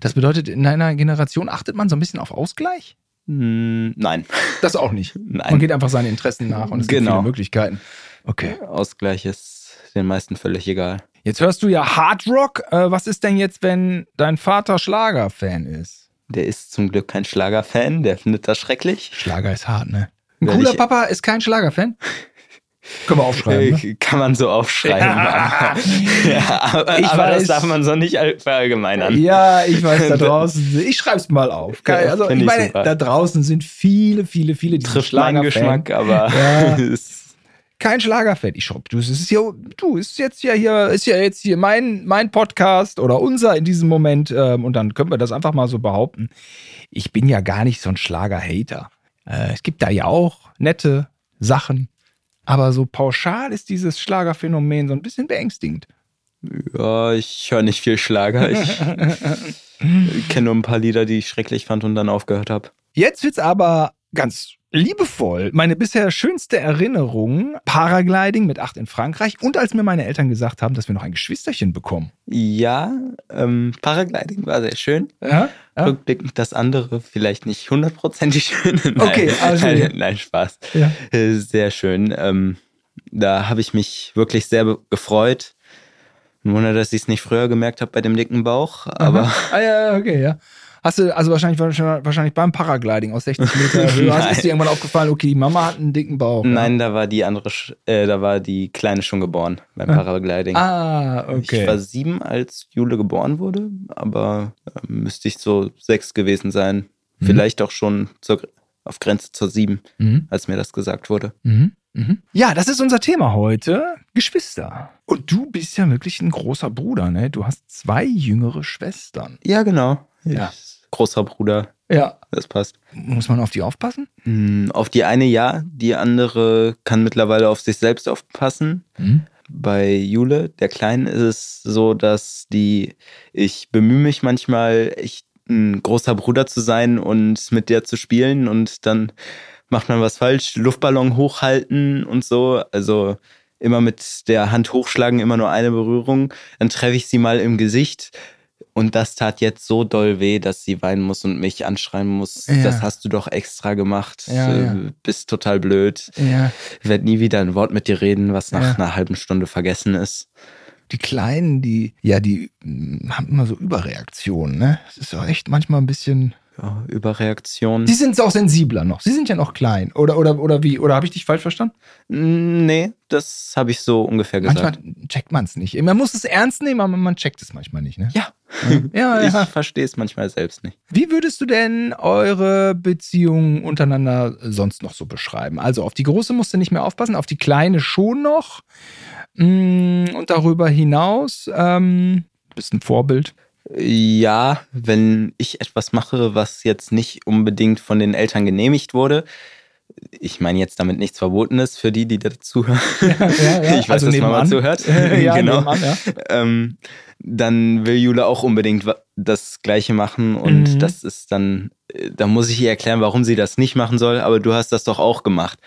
Speaker 1: Das bedeutet, in deiner Generation achtet man so ein bisschen auf Ausgleich?
Speaker 2: Hm, Nein, [LAUGHS]
Speaker 1: Das auch nicht. Man
Speaker 2: nein.
Speaker 1: geht einfach seinen Interessen nach und es gibt
Speaker 2: Genau.
Speaker 1: viele Möglichkeiten. Okay.
Speaker 2: Ausgleich ist den meisten völlig egal.
Speaker 1: Jetzt hörst du ja Hard Rock. Äh, was ist denn jetzt, wenn dein Vater Schlagerfan ist?
Speaker 2: Der ist zum Glück kein Schlagerfan, der findet das schrecklich.
Speaker 1: Schlager ist hart, ne? Ein
Speaker 2: Wenn
Speaker 1: cooler
Speaker 2: ich-
Speaker 1: Papa ist kein Schlagerfan? Können wir
Speaker 2: [LAUGHS]
Speaker 1: aufschreiben. Ne?
Speaker 2: Äh, Kann man so aufschreiben.
Speaker 1: Ja.
Speaker 2: [LAUGHS] ja, aber,
Speaker 1: Ich
Speaker 2: aber
Speaker 1: weiß.
Speaker 2: das darf man so nicht all- verallgemeinern.
Speaker 1: Ja, ich
Speaker 2: [LAUGHS]
Speaker 1: weiß da draußen. Ich schreib's mal auf. Keine-
Speaker 2: Ja,
Speaker 1: Also,
Speaker 2: find
Speaker 1: ich
Speaker 2: ich
Speaker 1: meine,
Speaker 2: super.
Speaker 1: da draußen sind viele, viele, viele, die sind
Speaker 2: Trifft meinen
Speaker 1: Schlagerfan.
Speaker 2: Geschmack, aber
Speaker 1: Ja.
Speaker 2: [LAUGHS] ist,
Speaker 1: kein Schlagerfan. Ich schraub, du, es ist ja, du, ist jetzt ja hier, ist ja jetzt hier mein, mein Podcast oder unser in diesem Moment. Ähm, und dann können wir das einfach mal so behaupten. Ich bin ja gar nicht so ein Schlager-Hater. Äh, es gibt da ja auch nette Sachen. Aber so pauschal ist dieses Schlagerphänomen so ein bisschen beängstigend.
Speaker 2: ja, ich höre nicht viel Schlager. Ich
Speaker 1: [LAUGHS]
Speaker 2: kenne nur ein paar Lieder, die ich schrecklich fand und dann aufgehört habe.
Speaker 1: Jetzt wird's aber ganz liebevoll. Meine bisher schönste Erinnerung, Paragliding mit acht in Frankreich und als mir meine Eltern gesagt haben, dass wir noch ein Geschwisterchen bekommen.
Speaker 2: Ja, ähm, Paragliding war sehr schön.
Speaker 1: Ja? Ja?
Speaker 2: Rückblickend das andere vielleicht nicht hundertprozentig [LAUGHS] schön. Nein,
Speaker 1: Okay, also-
Speaker 2: nein, nein, Spaß.
Speaker 1: Ja.
Speaker 2: Äh, Sehr schön. Ähm, da habe ich mich wirklich sehr be- gefreut. Ein Wunder, dass ich es nicht früher gemerkt habe bei dem dicken Bauch. Aber
Speaker 1: Aha. Ah, ja, ja, okay, ja. Hast du, also wahrscheinlich, wahrscheinlich beim Paragliding aus 60
Speaker 2: [LAUGHS]
Speaker 1: Meter Höhe, hast, ist dir irgendwann aufgefallen, okay, die Mama hat einen dicken Bauch.
Speaker 2: nein, da war die andere, sch- äh, da war die Kleine schon geboren beim Paragliding.
Speaker 1: Ja. Ah,
Speaker 2: Ich war
Speaker 1: okay.
Speaker 2: sieben, als Jule geboren wurde, aber äh, müsste ich so sechs gewesen sein. Vielleicht auch schon zur, auf Grenze zur sieben,
Speaker 1: Mhm.
Speaker 2: als mir das gesagt wurde.
Speaker 1: Mhm. Mhm. Ja, das ist unser Thema heute. Geschwister. Und du bist ja wirklich ein großer Bruder, ne? Du hast zwei jüngere Schwestern.
Speaker 2: Ja, genau.
Speaker 1: Ja.
Speaker 2: Ich, großer Bruder,
Speaker 1: Ja.
Speaker 2: das passt.
Speaker 1: Muss man auf die aufpassen?
Speaker 2: Hm, Auf die eine ja, die andere kann mittlerweile auf sich selbst aufpassen.
Speaker 1: Mhm.
Speaker 2: Bei Jule, der Kleinen, ist es so, dass die, ich bemühe mich manchmal, echt ein großer Bruder zu sein und mit der zu spielen und dann macht man was falsch, Luftballon hochhalten und so. Also immer mit der Hand hochschlagen, immer nur eine Berührung. Dann treffe ich sie mal im Gesicht. Und das tat jetzt so doll weh, dass sie weinen muss und mich anschreien muss.
Speaker 1: Ja.
Speaker 2: Das hast du doch extra gemacht.
Speaker 1: Ja,
Speaker 2: äh,
Speaker 1: ja.
Speaker 2: Bist total blöd.
Speaker 1: Ja.
Speaker 2: Ich werde nie wieder ein Wort mit dir reden, was nach
Speaker 1: Ja.
Speaker 2: einer halben Stunde vergessen ist.
Speaker 1: Die Kleinen, die, ja, die mh, haben immer so Überreaktionen, ne? Das ist ja echt manchmal ein bisschen.
Speaker 2: Ja, Überreaktion.
Speaker 1: Die sind auch sensibler noch. Sie sind ja noch klein. Oder, oder, oder wie? Oder habe ich dich falsch verstanden?
Speaker 2: Mm, nee, das habe ich so ungefähr gesagt.
Speaker 1: Manchmal checkt man es nicht. Man muss es ernst nehmen, aber man checkt es manchmal nicht.
Speaker 2: [LAUGHS]
Speaker 1: Ne?
Speaker 2: ja,
Speaker 1: Ja,
Speaker 2: ich
Speaker 1: ja.
Speaker 2: verstehe es manchmal selbst nicht.
Speaker 1: Wie würdest du denn eure Beziehungen untereinander sonst noch so beschreiben? Also auf die große musst du nicht mehr aufpassen, auf die kleine schon noch. Mm, Und darüber hinaus ähm, bist ein
Speaker 2: [LAUGHS]
Speaker 1: Vorbild.
Speaker 2: Ja, wenn ich etwas mache, was jetzt nicht unbedingt von den Eltern genehmigt wurde, ich meine jetzt damit nichts Verbotenes für die, die dazuhören. Ich weiß, dass Mama zuhört.
Speaker 1: also [LAUGHS]
Speaker 2: [LAUGHS]
Speaker 1: ja,
Speaker 2: Genau.
Speaker 1: nebenan, ja.
Speaker 2: ähm, dann will Jule auch unbedingt wa- das Gleiche machen und
Speaker 1: Mhm.
Speaker 2: das ist dann, äh, da muss ich ihr erklären, warum sie das nicht machen soll, aber du hast das doch auch gemacht.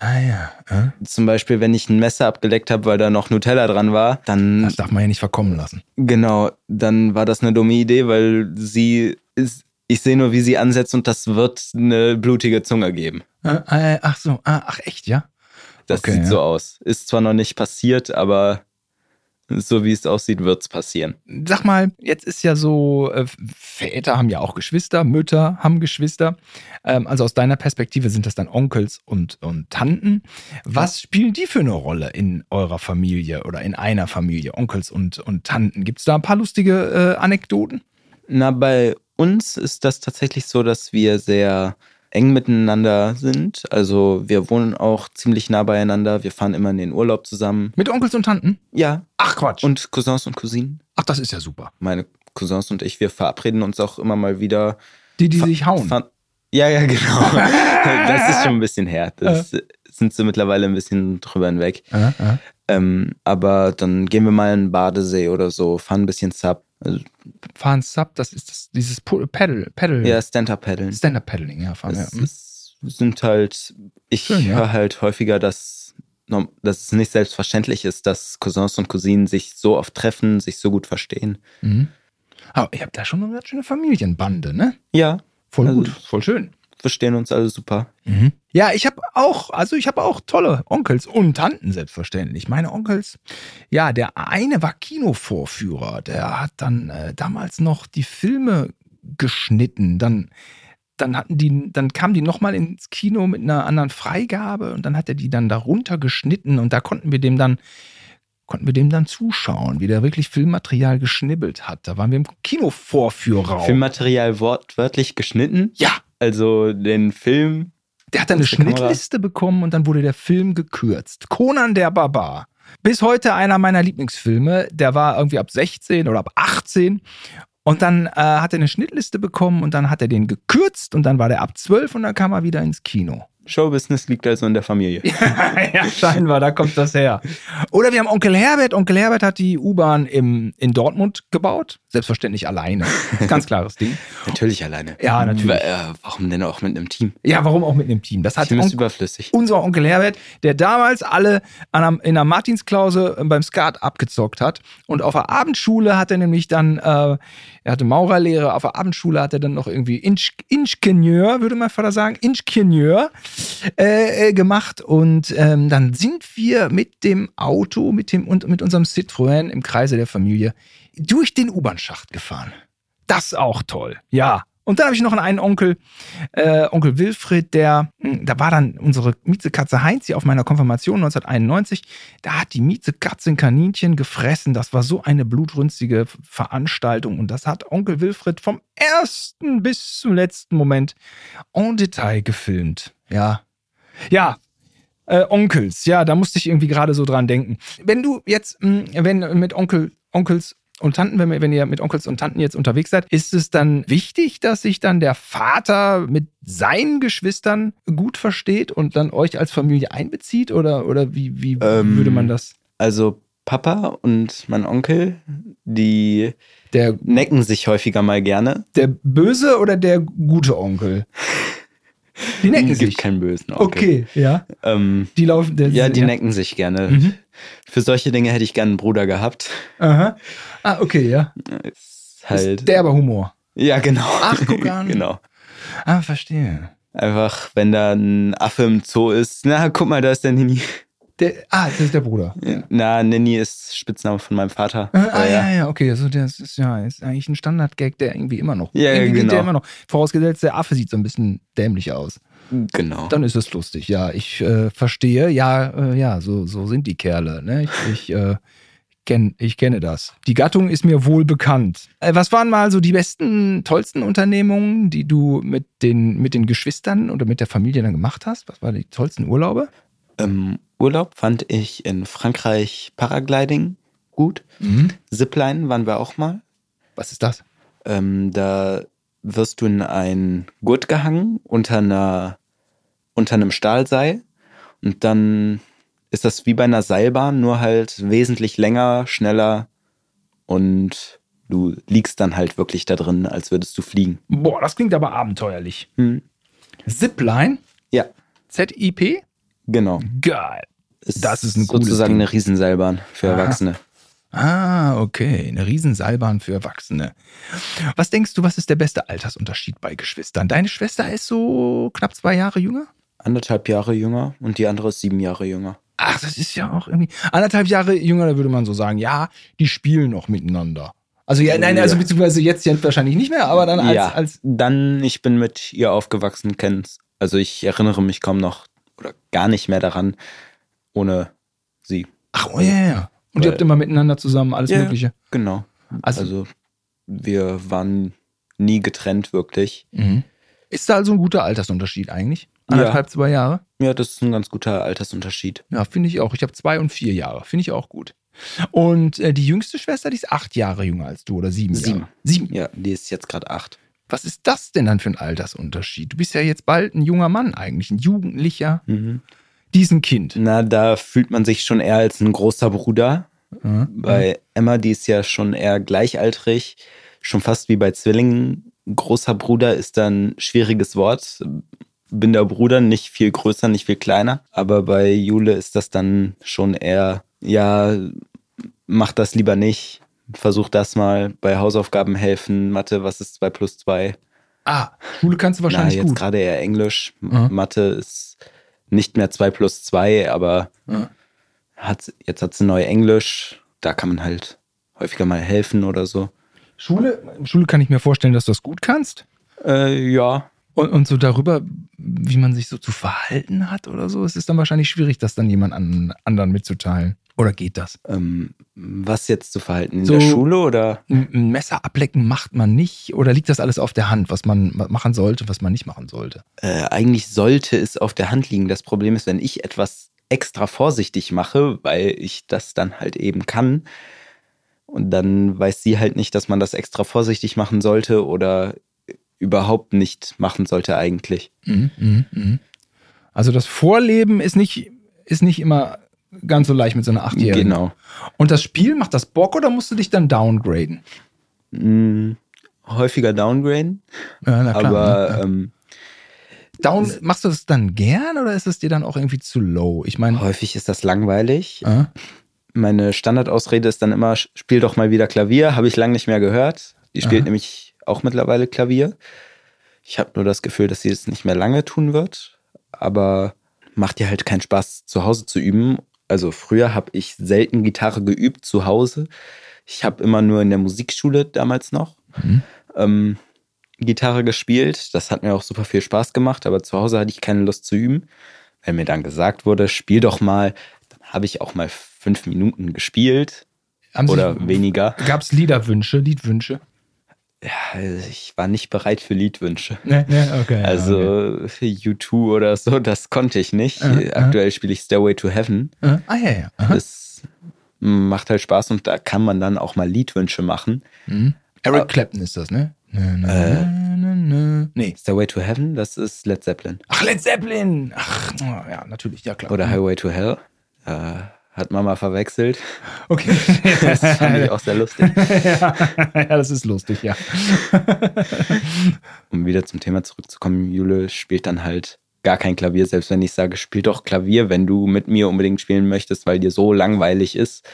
Speaker 1: Ah ja. äh?
Speaker 2: Zum Beispiel, wenn ich ein Messer abgeleckt habe, weil da noch Nutella dran war, dann,
Speaker 1: Das darf man ja nicht verkommen lassen.
Speaker 2: genau, dann war das eine dumme Idee, weil sie ist, ich sehe nur, wie sie ansetzt und das wird eine blutige Zunge geben.
Speaker 1: Äh, äh, Ach so, ah, ach echt, ja?
Speaker 2: Das
Speaker 1: Okay,
Speaker 2: sieht
Speaker 1: ja.
Speaker 2: so aus. Ist zwar noch nicht passiert, aber so wie es aussieht, wird es passieren.
Speaker 1: Sag mal, jetzt ist ja so, äh, Väter haben ja auch Geschwister, Mütter haben Geschwister. Ähm, also aus deiner Perspektive sind das dann Onkels und, und Tanten. Was spielen die für eine Rolle in eurer Familie oder in einer Familie, Onkels und, und Tanten? Gibt es da ein paar lustige äh, Anekdoten?
Speaker 2: Na, bei uns ist das tatsächlich so, dass wir sehr eng miteinander sind. Also wir wohnen auch ziemlich nah beieinander. Wir fahren immer in den Urlaub zusammen.
Speaker 1: Mit Onkels und Tanten?
Speaker 2: Ja,
Speaker 1: Ach Quatsch.
Speaker 2: und Cousins und Cousinen.
Speaker 1: Ach, das ist ja super.
Speaker 2: Meine Cousins und ich, wir verabreden uns auch immer mal wieder.
Speaker 1: Die, die
Speaker 2: Fa-
Speaker 1: sich hauen.
Speaker 2: Fa- Ja, ja, genau. das ist schon ein bisschen her. Das sind sie mittlerweile ein bisschen drüber hinweg.
Speaker 1: Äh, äh.
Speaker 2: Ähm, aber dann gehen wir mal in den Badesee oder so, fahren ein bisschen Sub. Also,
Speaker 1: Fahren Sub, das ist das, dieses Pu- Paddle, Paddle,
Speaker 2: ja, Stand-Up-Paddeln.
Speaker 1: Stand-Up-Paddling, Ah, ja, fahren
Speaker 2: Es,
Speaker 1: wir.
Speaker 2: es sind halt, ich
Speaker 1: Schön, ja.
Speaker 2: höre halt häufiger, dass, norm- dass es nicht selbstverständlich ist, dass Cousins und Cousinen sich so oft treffen, sich so gut verstehen.
Speaker 1: Mhm. Aber ihr habt da schon eine ganz schöne Familienbande, ne?
Speaker 2: Ja,
Speaker 1: Voll
Speaker 2: Also-
Speaker 1: gut, Mhm. voll schön.
Speaker 2: verstehen uns alle super.
Speaker 1: Ja, ich habe auch, also ich habe auch tolle Onkels und Tanten selbstverständlich. Meine Onkels, ja, der eine war Kinovorführer, der hat dann äh, damals noch die Filme geschnitten, dann dann hatten die, dann kamen die nochmal ins Kino mit einer anderen Freigabe und dann hat er die dann darunter geschnitten und da konnten wir dem dann, konnten wir dem dann zuschauen, wie der wirklich Filmmaterial geschnibbelt hat. Da waren wir im Kinovorführraum.
Speaker 2: Filmmaterial wortwörtlich geschnitten,
Speaker 1: ja,
Speaker 2: also den Film
Speaker 1: Der hat dann eine
Speaker 2: Aus der Kamera.
Speaker 1: Schnittliste bekommen und dann wurde der Film gekürzt. Conan der Barbar. Bis heute einer meiner Lieblingsfilme. Der war irgendwie ab 16 oder ab 18. Und dann äh, hat er eine Schnittliste bekommen und dann hat er den gekürzt und dann war der ab 12 und dann kam er wieder ins Kino.
Speaker 2: Showbusiness liegt also in der Familie.
Speaker 1: [LAUGHS] ja, scheinbar, da kommt das her. Oder wir haben Onkel Herbert. Onkel Herbert hat die U-Bahn im- in Dortmund gebaut. Selbstverständlich [LAUGHS] alleine. Ganz klares Ding.
Speaker 2: Natürlich alleine.
Speaker 1: Ja, natürlich.
Speaker 2: Wa- äh, warum denn auch mit einem Team?
Speaker 1: Ja, warum auch mit einem Team? Das hat
Speaker 2: Team ist
Speaker 1: Onkel-
Speaker 2: überflüssig.
Speaker 1: unser Onkel Herbert, der damals alle an einem, in der Martinsklause äh, beim Skat abgezockt hat. Und auf der Abendschule hat er nämlich dann, äh, er hatte Maurerlehre, auf der Abendschule hat er dann noch irgendwie Inch, Ingenieur, würde mein Vater sagen, Ingenieur äh, äh, gemacht. Und ähm, dann sind wir mit dem Auto, mit, dem, und mit unserem Citroën im Kreise der Familie durch den U-Bahn-Schacht gefahren. Das auch toll, ja. Und dann habe ich noch einen Onkel, äh, Onkel Wilfried, der, mh, da war dann unsere Mietzekatze Heinzi auf meiner Konfirmation 1991. Da hat die Mietzekatze ein Kaninchen gefressen. Das war so eine blutrünstige Veranstaltung. Und das hat Onkel Wilfried vom ersten bis zum letzten Moment en Detail gefilmt. Ja. Ja. Äh, Onkels, ja, da musste ich irgendwie gerade so dran denken. Wenn du jetzt, mh, wenn mit Onkel, Onkels und Tanten, wenn, wir- wenn ihr mit Onkels und Tanten jetzt unterwegs seid, ist es dann wichtig, dass sich dann der Vater mit seinen Geschwistern gut versteht und dann euch als Familie einbezieht? Oder, oder wie, wie
Speaker 2: Ähm,
Speaker 1: würde man das?
Speaker 2: Also Papa und mein Onkel, die
Speaker 1: Der,
Speaker 2: necken sich häufiger mal gerne.
Speaker 1: der böse oder der gute Onkel? Die necken
Speaker 2: es gibt
Speaker 1: sich.
Speaker 2: keinen bösen Hm,
Speaker 1: Okay,
Speaker 2: Onkel.
Speaker 1: ja.
Speaker 2: Ähm,
Speaker 1: Die laufen. Der,
Speaker 2: ja, die necken sich gerne.
Speaker 1: Also, Mhm.
Speaker 2: Für solche Dinge hätte ich gerne einen Bruder gehabt.
Speaker 1: Aha. Ah, okay, ja.
Speaker 2: Ist halt.
Speaker 1: Ist derber Humor.
Speaker 2: ja, genau.
Speaker 1: Ach,
Speaker 2: [LAUGHS]
Speaker 1: guck an.
Speaker 2: genau.
Speaker 1: Ah, verstehe.
Speaker 2: Einfach, wenn da ein Affe im Zoo ist. Na, guck mal, da ist der Nini.
Speaker 1: Der, ah, das ist der Bruder.
Speaker 2: Na, Nini ist Spitzname von meinem Vater.
Speaker 1: Ah, ah,
Speaker 2: Aber
Speaker 1: ja, ja, okay. Also das ist ja ist eigentlich ein Standardgag, der irgendwie immer noch.
Speaker 2: Ja, ja,
Speaker 1: irgendwie geht
Speaker 2: genau.
Speaker 1: der immer noch. Vorausgesetzt, der Affe sieht so ein bisschen dämlich aus.
Speaker 2: Genau.
Speaker 1: Dann ist es lustig. Ja, ich äh, verstehe. Ja, äh, ja, so, so sind die Kerle. Ne? Ich, ich, äh, kenn, ich kenne das. Die Gattung ist mir wohl bekannt. Äh, was waren mal so die besten, tollsten Unternehmungen, die du mit den, mit den Geschwistern oder mit der Familie dann gemacht hast? Was waren die tollsten Urlaube?
Speaker 2: Im Urlaub fand ich in Frankreich Paragliding gut.
Speaker 1: Mhm.
Speaker 2: Zipline waren wir auch mal.
Speaker 1: Was ist das?
Speaker 2: Ähm, da wirst du in einen Gurt gehangen unter einer unter einem Stahlseil und dann ist das wie bei einer Seilbahn, nur halt wesentlich länger, schneller und du liegst dann halt wirklich da drin, als würdest du fliegen.
Speaker 1: Boah, das klingt aber abenteuerlich.
Speaker 2: Hm.
Speaker 1: Zipline?
Speaker 2: Ja,
Speaker 1: ZIP?
Speaker 2: genau.
Speaker 1: Geil.
Speaker 2: Ist
Speaker 1: Das ist ein cooles
Speaker 2: sozusagen
Speaker 1: Ding.
Speaker 2: eine Riesenseilbahn für Erwachsene.
Speaker 1: Ah, okay. Eine Riesenseilbahn für Erwachsene. Was denkst du, was ist der beste Altersunterschied bei Geschwistern? Deine Schwester ist so knapp zwei Jahre jünger?
Speaker 2: Anderthalb Jahre jünger und die andere ist sieben Jahre jünger.
Speaker 1: Ach, das ist ja auch irgendwie. Anderthalb Jahre jünger, da würde man so sagen, ja, die spielen noch miteinander. Also ja, nein, also
Speaker 2: Ja.
Speaker 1: beziehungsweise jetzt ja wahrscheinlich nicht mehr, aber dann als,
Speaker 2: ja,
Speaker 1: als
Speaker 2: dann, ich bin mit ihr aufgewachsen, kenn's. Also ich erinnere mich kaum noch oder gar nicht mehr daran, ohne sie.
Speaker 1: Ach, oh ja, ja, ja. Und ihr
Speaker 2: Weil-
Speaker 1: habt immer miteinander zusammen alles
Speaker 2: Ja, ja.
Speaker 1: Mögliche.
Speaker 2: Genau.
Speaker 1: Also-
Speaker 2: Also, wir waren nie getrennt, wirklich.
Speaker 1: Ist da also ein guter Altersunterschied eigentlich? Anderthalb, zwei Jahre?
Speaker 2: Mhm. Ja, das ist ein ganz guter Altersunterschied.
Speaker 1: Ja, finde ich auch. Ich habe zwei und vier Jahre. Finde ich auch gut. Und äh, die jüngste Schwester, die ist acht Jahre jünger als du oder sieben
Speaker 2: Sieben.
Speaker 1: Jahre. Sieben.
Speaker 2: Ja, die ist jetzt gerade acht.
Speaker 1: Was ist das denn dann für ein Altersunterschied? Du bist ja jetzt bald ein junger Mann eigentlich, ein Jugendlicher. Die ist ein Kind.
Speaker 2: Na, da fühlt man sich schon eher als ein großer Bruder. Bei
Speaker 1: Mhm.
Speaker 2: Emma, die ist ja schon eher gleichaltrig, schon fast wie bei Zwillingen. Großer Bruder ist dann ein schwieriges Wort. Bin der Bruder nicht viel größer, nicht viel kleiner. Aber bei Jule ist das dann schon eher, ja, mach das lieber nicht. Versuch das mal bei Hausaufgaben helfen. Mathe, was ist 2 plus 2?
Speaker 1: Ah, Schule kannst du
Speaker 2: Na,
Speaker 1: wahrscheinlich
Speaker 2: jetzt
Speaker 1: gut.
Speaker 2: gerade eher Englisch.
Speaker 1: Mhm.
Speaker 2: Mathe ist nicht mehr 2 plus 2, aber
Speaker 1: Mhm.
Speaker 2: hat, jetzt hat sie neu Englisch. Da kann man halt häufiger mal helfen oder so.
Speaker 1: Schule, Schule kann ich mir vorstellen, dass du das gut kannst.
Speaker 2: Äh, ja.
Speaker 1: Und, und so darüber, wie man sich so zu verhalten hat oder so, es ist dann wahrscheinlich schwierig, das dann jemand an, anderen mitzuteilen. Oder geht das?
Speaker 2: Ähm, was jetzt zu verhalten? In
Speaker 1: So-
Speaker 2: der Schule oder?
Speaker 1: Ein ein Messer ablecken macht man nicht? Oder liegt das alles auf der Hand, was man ma- machen sollte, was man nicht machen sollte?
Speaker 2: Äh, eigentlich sollte es auf der Hand liegen. Das Problem ist, wenn ich etwas extra vorsichtig mache, weil ich das dann halt eben kann. Und dann weiß sie halt nicht, dass man das extra vorsichtig machen sollte oder überhaupt nicht machen sollte eigentlich.
Speaker 1: Mhm, Also das Vorleben ist nicht, ist nicht immer ganz so leicht mit so einer Achtjährigen.
Speaker 2: Genau.
Speaker 1: Und das Spiel, macht das Bock oder musst du dich dann downgraden?
Speaker 2: Mm, häufiger downgraden,
Speaker 1: Ja, na
Speaker 2: aber
Speaker 1: ne?
Speaker 2: ähm,
Speaker 1: äh, Down, machst du das dann gern oder ist es dir dann auch irgendwie zu low? Ich meine,
Speaker 2: häufig ist das langweilig.
Speaker 1: äh,
Speaker 2: Meine Standardausrede ist dann immer, sch- spiel doch mal wieder Klavier, habe ich lange nicht mehr gehört. Die spielt
Speaker 1: Aha.
Speaker 2: nämlich auch mittlerweile Klavier. Ich habe nur das Gefühl, dass sie das nicht mehr lange tun wird, aber macht ihr halt keinen Spaß, zu Hause zu üben. Also früher habe ich selten Gitarre geübt zu Hause. Ich habe immer nur in der Musikschule damals noch
Speaker 1: Mhm.
Speaker 2: ähm, Gitarre gespielt. Das hat mir auch super viel Spaß gemacht, aber zu Hause hatte ich keine Lust zu üben. Wenn mir dann gesagt wurde, spiel doch mal, dann habe ich auch mal fünf Minuten gespielt
Speaker 1: haben
Speaker 2: oder weniger.
Speaker 1: Gab es Liederwünsche, Liedwünsche?
Speaker 2: Ja, ich war nicht bereit für Liedwünsche.
Speaker 1: Ne, ne, okay. ja,
Speaker 2: Also
Speaker 1: okay.
Speaker 2: für U2 oder so, das konnte ich nicht.
Speaker 1: Äh, äh.
Speaker 2: Aktuell spiele ich Stairway to Heaven.
Speaker 1: Äh, ah, ja, ja. aha.
Speaker 2: Das macht halt Spaß und da kann man dann auch mal Liedwünsche machen.
Speaker 1: Mhm. Eric Clapton ist das, ne? Nö, nö, nö, nö. Nee.
Speaker 2: Stairway to Heaven, das ist Led Zeppelin.
Speaker 1: Ach, Led Zeppelin! Ach, oh, ja, natürlich, ja klar.
Speaker 2: Oder Highway to Hell. Äh, hat
Speaker 1: [LAUGHS]
Speaker 2: Mama verwechselt.
Speaker 1: Okay.
Speaker 2: [LAUGHS] Das fand ich auch sehr lustig.
Speaker 1: ja, [LAUGHS] ja, das ist lustig, ja.
Speaker 2: Um wieder zum Thema zurückzukommen, Jule spielt dann halt gar kein Klavier, selbst wenn ich sage, spiel doch Klavier, wenn du mit mir unbedingt spielen möchtest, weil dir so langweilig ist.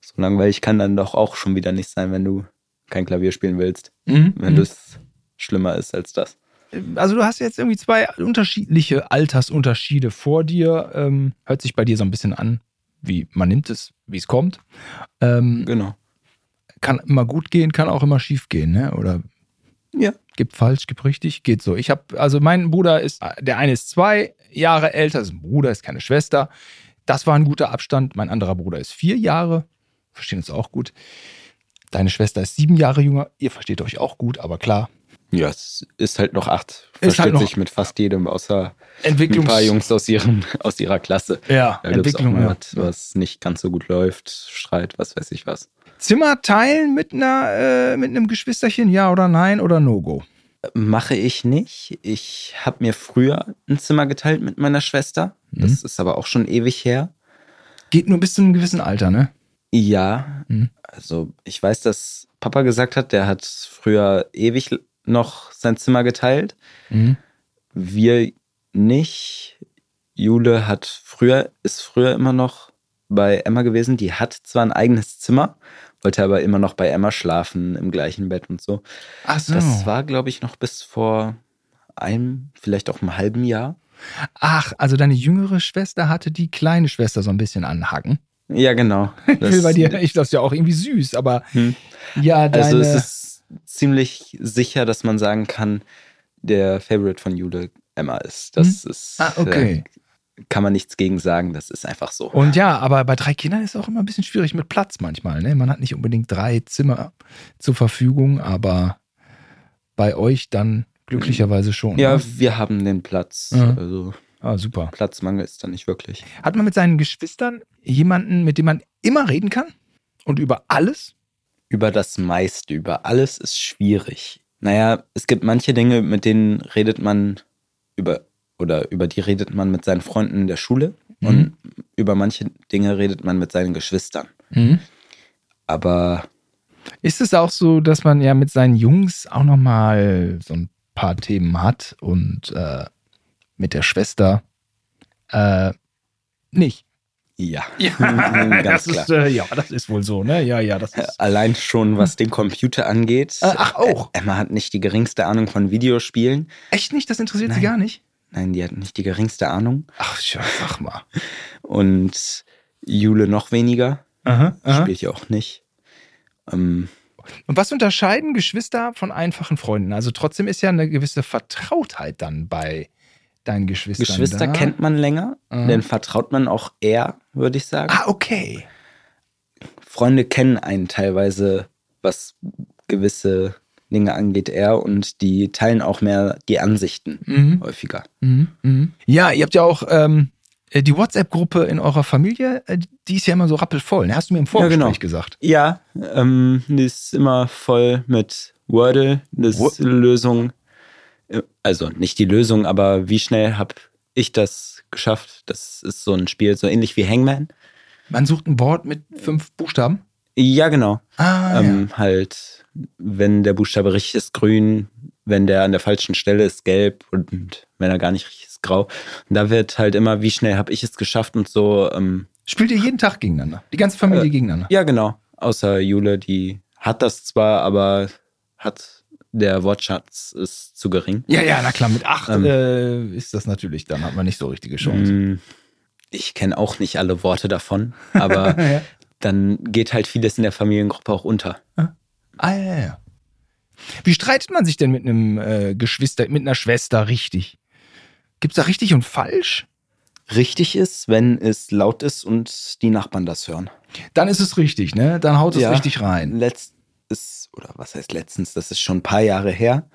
Speaker 2: So langweilig kann dann doch auch schon wieder nicht sein, wenn du kein Klavier spielen willst.
Speaker 1: Mhm,
Speaker 2: Wenn das schlimmer ist als das.
Speaker 1: Also du hast jetzt irgendwie zwei unterschiedliche Altersunterschiede vor dir. Ähm, hört sich bei dir so ein bisschen an, wie man nimmt es, wie es kommt. Ähm,
Speaker 2: Genau.
Speaker 1: kann immer gut gehen, kann auch immer schief gehen, ne? Oder
Speaker 2: Ja.
Speaker 1: gibt falsch, gibt richtig, geht so. Ich habe, also mein Bruder ist, der eine ist zwei Jahre älter, ist ein Bruder, ist keine Schwester. Das war ein guter Abstand. Mein anderer Bruder ist vier Jahre, verstehen uns auch gut. Deine Schwester ist sieben Jahre jünger, ihr versteht euch auch gut, aber klar.
Speaker 2: Ja, es ist halt noch acht.
Speaker 1: Ist
Speaker 2: Versteht
Speaker 1: halt noch-
Speaker 2: sich mit fast jedem, außer ein
Speaker 1: Entwicklungs
Speaker 2: paar Jungs aus, ihrem, aus ihrer Klasse.
Speaker 1: Ja,
Speaker 2: Da gibt's
Speaker 1: Entwicklung,
Speaker 2: auch mal
Speaker 1: ja.
Speaker 2: was, was nicht ganz so gut läuft, schreit, was weiß ich was.
Speaker 1: Zimmer teilen mit einer, äh, mit einem Geschwisterchen, ja oder nein oder No-Go.
Speaker 2: Mache ich nicht. Ich habe mir früher ein Zimmer geteilt mit meiner Schwester. Das ist aber auch schon ewig her.
Speaker 1: Geht nur bis zu einem gewissen Alter, ne?
Speaker 2: Ja,
Speaker 1: Mhm.
Speaker 2: also ich weiß, dass Papa gesagt hat, der hat früher ewig noch sein Zimmer geteilt.
Speaker 1: Mhm.
Speaker 2: Wir nicht. Jule hat früher, ist früher immer noch bei Emma gewesen. Die hat zwar ein eigenes Zimmer, wollte aber immer noch bei Emma schlafen, im gleichen Bett und so.
Speaker 1: Ach so.
Speaker 2: Das war, glaube ich, noch bis vor einem, vielleicht auch einem halben Jahr.
Speaker 1: Ach, also deine jüngere Schwester hatte die kleine Schwester so ein bisschen anhaken.
Speaker 2: Ja, genau.
Speaker 1: [LAUGHS] Ich will bei dir, ich glaube, es ja auch irgendwie süß, aber
Speaker 2: Hm.
Speaker 1: ja, deine,
Speaker 2: Also es ist ziemlich sicher, dass man sagen kann, der Favorite von Jule Emma ist. Das ist
Speaker 1: Ah, okay.
Speaker 2: äh, kann man nichts gegen sagen, das ist einfach so.
Speaker 1: Und ja, aber bei drei Kindern ist auch immer ein bisschen schwierig mit Platz manchmal. Ne? Man hat nicht unbedingt drei Zimmer zur Verfügung, aber bei euch dann glücklicherweise schon.
Speaker 2: ja,
Speaker 1: ne?
Speaker 2: wir haben den Platz.
Speaker 1: Mhm.
Speaker 2: Also
Speaker 1: Ah, super.
Speaker 2: Platzmangel ist da nicht wirklich.
Speaker 1: Hat man mit seinen Geschwistern jemanden, mit dem man immer reden kann? Und über alles?
Speaker 2: Über das meiste, über alles ist schwierig. Naja, es gibt manche Dinge, mit denen redet man über oder über die redet man mit seinen Freunden in der Schule
Speaker 1: Mhm.
Speaker 2: und über manche Dinge redet man mit seinen Geschwistern. Aber
Speaker 1: Ist es auch so, dass man ja mit seinen Jungs auch nochmal so ein paar Themen hat und äh, mit der Schwester äh, nicht? [LAUGHS]
Speaker 2: Ja, [LAUGHS] Hm,
Speaker 1: das
Speaker 2: ganz klar.
Speaker 1: Ist, äh, ja, das ist wohl so, ne? Ja, ja, das
Speaker 2: Äh,
Speaker 1: ist.
Speaker 2: Allein schon, was den Computer angeht.
Speaker 1: Äh, ach, auch.
Speaker 2: Äh, Emma hat nicht die geringste Ahnung von Videospielen.
Speaker 1: Echt nicht? Das interessiert sie
Speaker 2: Nein.
Speaker 1: gar nicht?
Speaker 2: Nein, die hat nicht die geringste Ahnung.
Speaker 1: Ach, ja, sag mal.
Speaker 2: Und Jule noch weniger.
Speaker 1: Aha,
Speaker 2: Spiele ich auch nicht. Ähm,
Speaker 1: Und was unterscheiden Geschwister von einfachen Freunden? Also trotzdem ist ja eine gewisse Vertrautheit dann bei deinen Geschwistern.
Speaker 2: Geschwister
Speaker 1: da.
Speaker 2: kennt man länger,
Speaker 1: Mhm.
Speaker 2: denn vertraut man auch eher, würde ich sagen.
Speaker 1: Ah, okay.
Speaker 2: Freunde kennen einen teilweise, was gewisse Dinge angeht, eher und die teilen auch mehr die Ansichten
Speaker 1: Mhm.
Speaker 2: häufiger.
Speaker 1: Mhm. Mhm. Ja, ihr habt ja auch ähm, die WhatsApp-Gruppe in eurer Familie, äh, die ist ja immer so rappelvoll. Ne? Hast du mir im Vorgespräch
Speaker 2: genau.
Speaker 1: gesagt.
Speaker 2: Ja, ähm, die ist immer voll mit Wordle, das
Speaker 1: Wo-
Speaker 2: Lösung. äh, Also nicht die Lösung, aber wie schnell habe ich das geschafft? Das ist so ein Spiel, so ähnlich wie Hangman.
Speaker 1: Man sucht ein Wort mit fünf Buchstaben.
Speaker 2: Ja, genau.
Speaker 1: Ah,
Speaker 2: ähm, Halt, wenn der Buchstabe richtig ist, grün, wenn der an der falschen Stelle ist, gelb und wenn er gar nicht richtig ist, grau. Und da wird halt immer, wie schnell habe ich es geschafft und so. Ähm,
Speaker 1: Spielt ihr jeden Tag gegeneinander? Die ganze Familie
Speaker 2: Äh,
Speaker 1: gegeneinander?
Speaker 2: Ja, genau. Außer Jule, die hat das zwar, aber hat der Wortschatz ist zu gering.
Speaker 1: Ja, ja, na klar, mit acht
Speaker 2: Ähm.
Speaker 1: äh, ist das natürlich, dann hat man nicht so richtige Chance.
Speaker 2: Mm, Ich kenne auch nicht alle Worte davon, [LAUGHS] aber
Speaker 1: Ah, Ja.
Speaker 2: dann geht halt vieles in der Familiengruppe auch unter.
Speaker 1: Ah, ja, ja. Wie streitet man sich denn mit einem äh, Geschwister, mit einer Schwester richtig? Gibt's da richtig und falsch?
Speaker 2: Richtig ist, wenn es laut ist und die Nachbarn das hören.
Speaker 1: Dann ist es richtig, ne? Dann haut es
Speaker 2: Ja.
Speaker 1: richtig rein.
Speaker 2: Letztens, oder was heißt letztens, das ist schon ein paar Jahre her,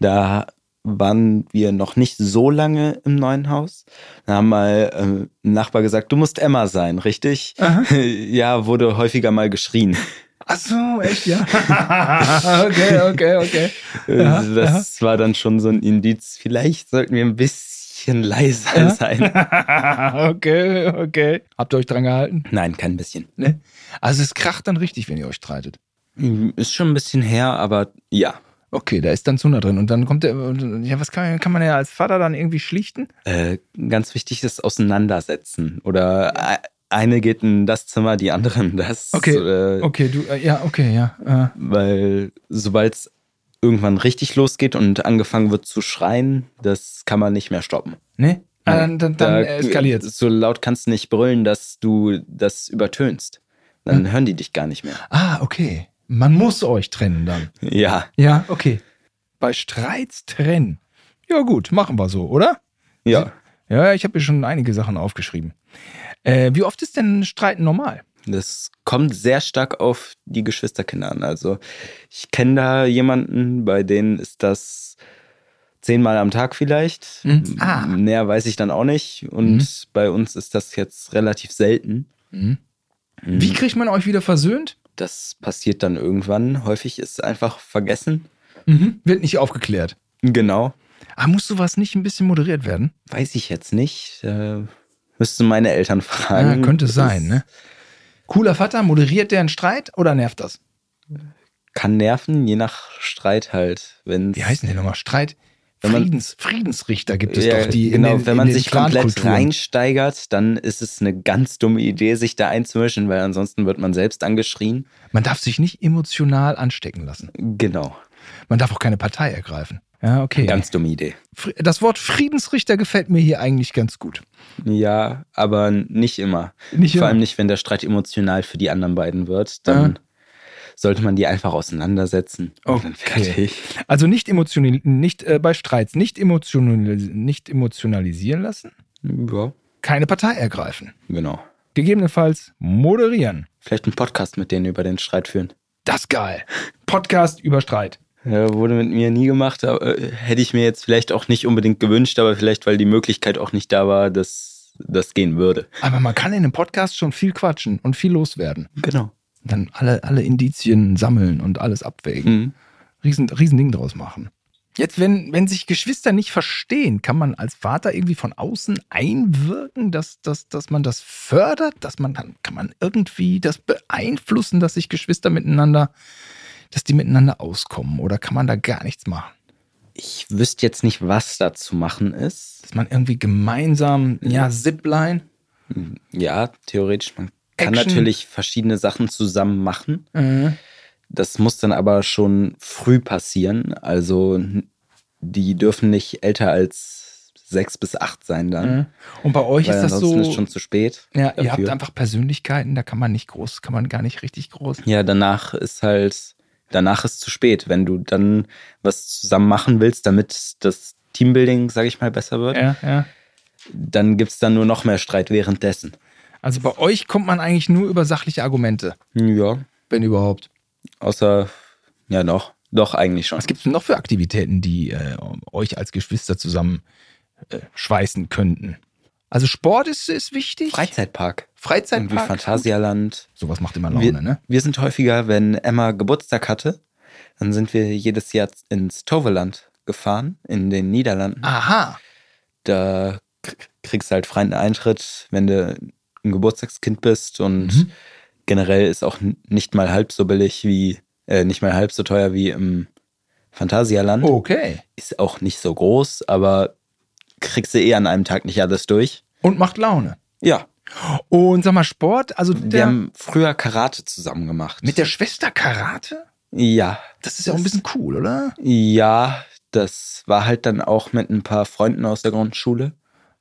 Speaker 2: da waren wir noch nicht so lange im neuen Haus. Da haben mal ähm, ein Nachbar gesagt, du musst Emma sein, richtig? [LAUGHS] ja, wurde häufiger mal geschrien.
Speaker 1: Ach so, echt, ja. [LAUGHS] okay, okay, [LAUGHS] okay. Ja,
Speaker 2: Äh, das war dann schon so ein Indiz. Vielleicht sollten wir ein bisschen leiser
Speaker 1: Ja.
Speaker 2: sein.
Speaker 1: okay, okay. Habt ihr euch dran gehalten?
Speaker 2: Nein, kein bisschen.
Speaker 1: Ne? Also es kracht dann richtig, wenn ihr euch streitet.
Speaker 2: Ist schon ein bisschen her, aber ja.
Speaker 1: Okay, da ist dann Zunder drin. Und dann kommt der, ja, was kann, kann man ja als Vater dann irgendwie schlichten?
Speaker 2: Äh, ganz wichtig ist Auseinandersetzen. Oder e- eine geht in das Zimmer, die andere in [LAUGHS] das.
Speaker 1: Okay,
Speaker 2: Äh,
Speaker 1: Okay, du, äh, ja, okay, ja. Äh,
Speaker 2: Weil sobald es irgendwann richtig losgeht und angefangen wird zu schreien, das kann man nicht mehr stoppen.
Speaker 1: ne? Ah, Dann, dann, dann
Speaker 2: Da-
Speaker 1: eskaliert
Speaker 2: So laut kannst du nicht brüllen, dass du das übertönst.
Speaker 1: Hm.
Speaker 2: Dann hören die dich gar nicht mehr.
Speaker 1: [LAUGHS] Ah, okay. Man muss euch trennen dann.
Speaker 2: Ja,
Speaker 1: Ja, okay. Bei Streits trennen. Ja, gut, machen wir so, oder?
Speaker 2: ja.
Speaker 1: Ja, ich habe mir schon einige Sachen aufgeschrieben. Äh, wie oft ist denn Streiten normal?
Speaker 2: Das kommt sehr stark auf die Geschwisterkinder an. Also ich kenne da jemanden, bei denen ist das zehnmal am Tag vielleicht.
Speaker 1: Mhm. Ah.
Speaker 2: Näher weiß ich dann auch nicht. Und
Speaker 1: Mhm.
Speaker 2: bei uns ist das jetzt relativ selten.
Speaker 1: Hm?
Speaker 2: Mhm.
Speaker 1: Wie kriegt man euch wieder versöhnt?
Speaker 2: Das passiert dann irgendwann. Häufig ist einfach vergessen. Mhm.
Speaker 1: Wird nicht aufgeklärt.
Speaker 2: Genau.
Speaker 1: Ah, muss sowas nicht ein bisschen moderiert werden?
Speaker 2: Weiß ich jetzt nicht. Äh, müsste meine Eltern [LAUGHS]
Speaker 1: Ja,
Speaker 2: fragen.
Speaker 1: könnte
Speaker 2: Ah, Das
Speaker 1: sein, ne? Cooler Vater, moderiert der einen Streit oder nervt das?
Speaker 2: Kann nerven, je nach Streit halt. Wenn's,
Speaker 1: Wie heißen die nochmal? Streit?
Speaker 2: Wenn man-
Speaker 1: Friedens, Friedensrichter gibt es
Speaker 2: Ja,
Speaker 1: doch die. in
Speaker 2: genau,
Speaker 1: den,
Speaker 2: wenn
Speaker 1: in
Speaker 2: man
Speaker 1: den
Speaker 2: sich komplett
Speaker 1: Clankulturen.
Speaker 2: reinsteigert, dann ist es eine ganz dumme Idee, sich da einzumischen, weil ansonsten wird man selbst angeschrien.
Speaker 1: Man darf sich nicht emotional anstecken lassen.
Speaker 2: Genau.
Speaker 1: Man darf auch keine Partei ergreifen. Ja, okay.
Speaker 2: Ganz dumme Idee.
Speaker 1: Fri- Das Wort Friedensrichter gefällt mir hier eigentlich ganz gut.
Speaker 2: Ja, aber nicht immer.
Speaker 1: Nicht
Speaker 2: Vor
Speaker 1: immer.
Speaker 2: allem nicht, wenn der Streit emotional für die anderen beiden wird. Dann sollte man die einfach auseinandersetzen. Und dann
Speaker 1: Okay.
Speaker 2: fertig.
Speaker 1: Also nicht emotional, nicht äh, bei Streits, nicht, emotional, nicht emotionalisieren lassen,
Speaker 2: Ja,
Speaker 1: keine Partei ergreifen.
Speaker 2: genau.
Speaker 1: Gegebenenfalls moderieren.
Speaker 2: Vielleicht einen Podcast mit denen über den Streit führen.
Speaker 1: Das ist geil. Podcast über Streit.
Speaker 2: Ja, wurde mit mir nie gemacht. Aber, äh, hätte ich mir jetzt vielleicht auch nicht unbedingt gewünscht, aber vielleicht, weil die Möglichkeit auch nicht da war, dass das gehen würde.
Speaker 1: Aber man kann in einem Podcast schon viel quatschen und viel loswerden.
Speaker 2: Genau.
Speaker 1: Dann alle, alle Indizien sammeln und alles abwägen.
Speaker 2: Mhm.
Speaker 1: riesen, riesen Ding draus machen. Jetzt, wenn, wenn sich Geschwister nicht verstehen, kann man als Vater irgendwie von außen einwirken, dass, dass, dass man das fördert, dass man kann, kann man irgendwie das beeinflussen, dass sich Geschwister miteinander, dass die miteinander auskommen oder kann man da gar nichts machen?
Speaker 2: Ich wüsste jetzt nicht, was da zu machen ist.
Speaker 1: Dass man irgendwie gemeinsam, ja, Zipline,
Speaker 2: Ja, theoretisch, man kann
Speaker 1: Action.
Speaker 2: natürlich verschiedene Sachen zusammen machen.
Speaker 1: äh,
Speaker 2: Das muss dann aber schon früh passieren. Also n- die dürfen nicht älter als sechs bis acht sein dann.
Speaker 1: äh. und bei euch
Speaker 2: Weil
Speaker 1: ist das
Speaker 2: ansonsten
Speaker 1: so,
Speaker 2: ist schon zu spät.
Speaker 1: ja, ihr habt
Speaker 2: dafür.
Speaker 1: einfach Persönlichkeiten, da kann man nicht groß, kann man gar nicht richtig groß.
Speaker 2: Ja, danach ist halt, danach ist zu spät, wenn du dann was zusammen machen willst, damit das Teambuilding, sage ich mal, besser wird,
Speaker 1: Ja, ja.
Speaker 2: dann gibt's dann nur noch mehr Streit währenddessen.
Speaker 1: Also bei euch kommt man eigentlich nur über sachliche Argumente.
Speaker 2: Ja.
Speaker 1: wenn überhaupt.
Speaker 2: Außer, ja doch, doch eigentlich schon.
Speaker 1: Was gibt es denn noch für Aktivitäten, die äh, euch als Geschwister zusammen äh, schweißen könnten? Also Sport ist, ist wichtig.
Speaker 2: Freizeitpark. Irgendwie
Speaker 1: Freizeitpark.
Speaker 2: Phantasialand.
Speaker 1: Sowas macht immer
Speaker 2: wir,
Speaker 1: Laune, ne?
Speaker 2: wir sind häufiger, wenn Emma Geburtstag hatte, dann sind wir jedes Jahr ins Toverland gefahren, in den Niederlanden.
Speaker 1: Aha.
Speaker 2: da k- kriegst du halt freien Eintritt, wenn du ein Geburtstagskind bist und
Speaker 1: Mhm.
Speaker 2: generell ist auch n- nicht mal halb so billig wie, äh, nicht mal halb so teuer wie im Phantasialand.
Speaker 1: Okay.
Speaker 2: Ist auch nicht so groß, aber kriegst du eh an einem Tag nicht alles durch.
Speaker 1: Und macht Laune.
Speaker 2: Ja,
Speaker 1: Und sag mal, Sport, also
Speaker 2: wir
Speaker 1: der,
Speaker 2: haben früher Karate zusammen gemacht.
Speaker 1: mit der Schwester Karate?
Speaker 2: ja,
Speaker 1: Das ist ja auch ein bisschen cool, oder?
Speaker 2: ja, das war halt dann auch mit ein paar Freunden aus der Grundschule.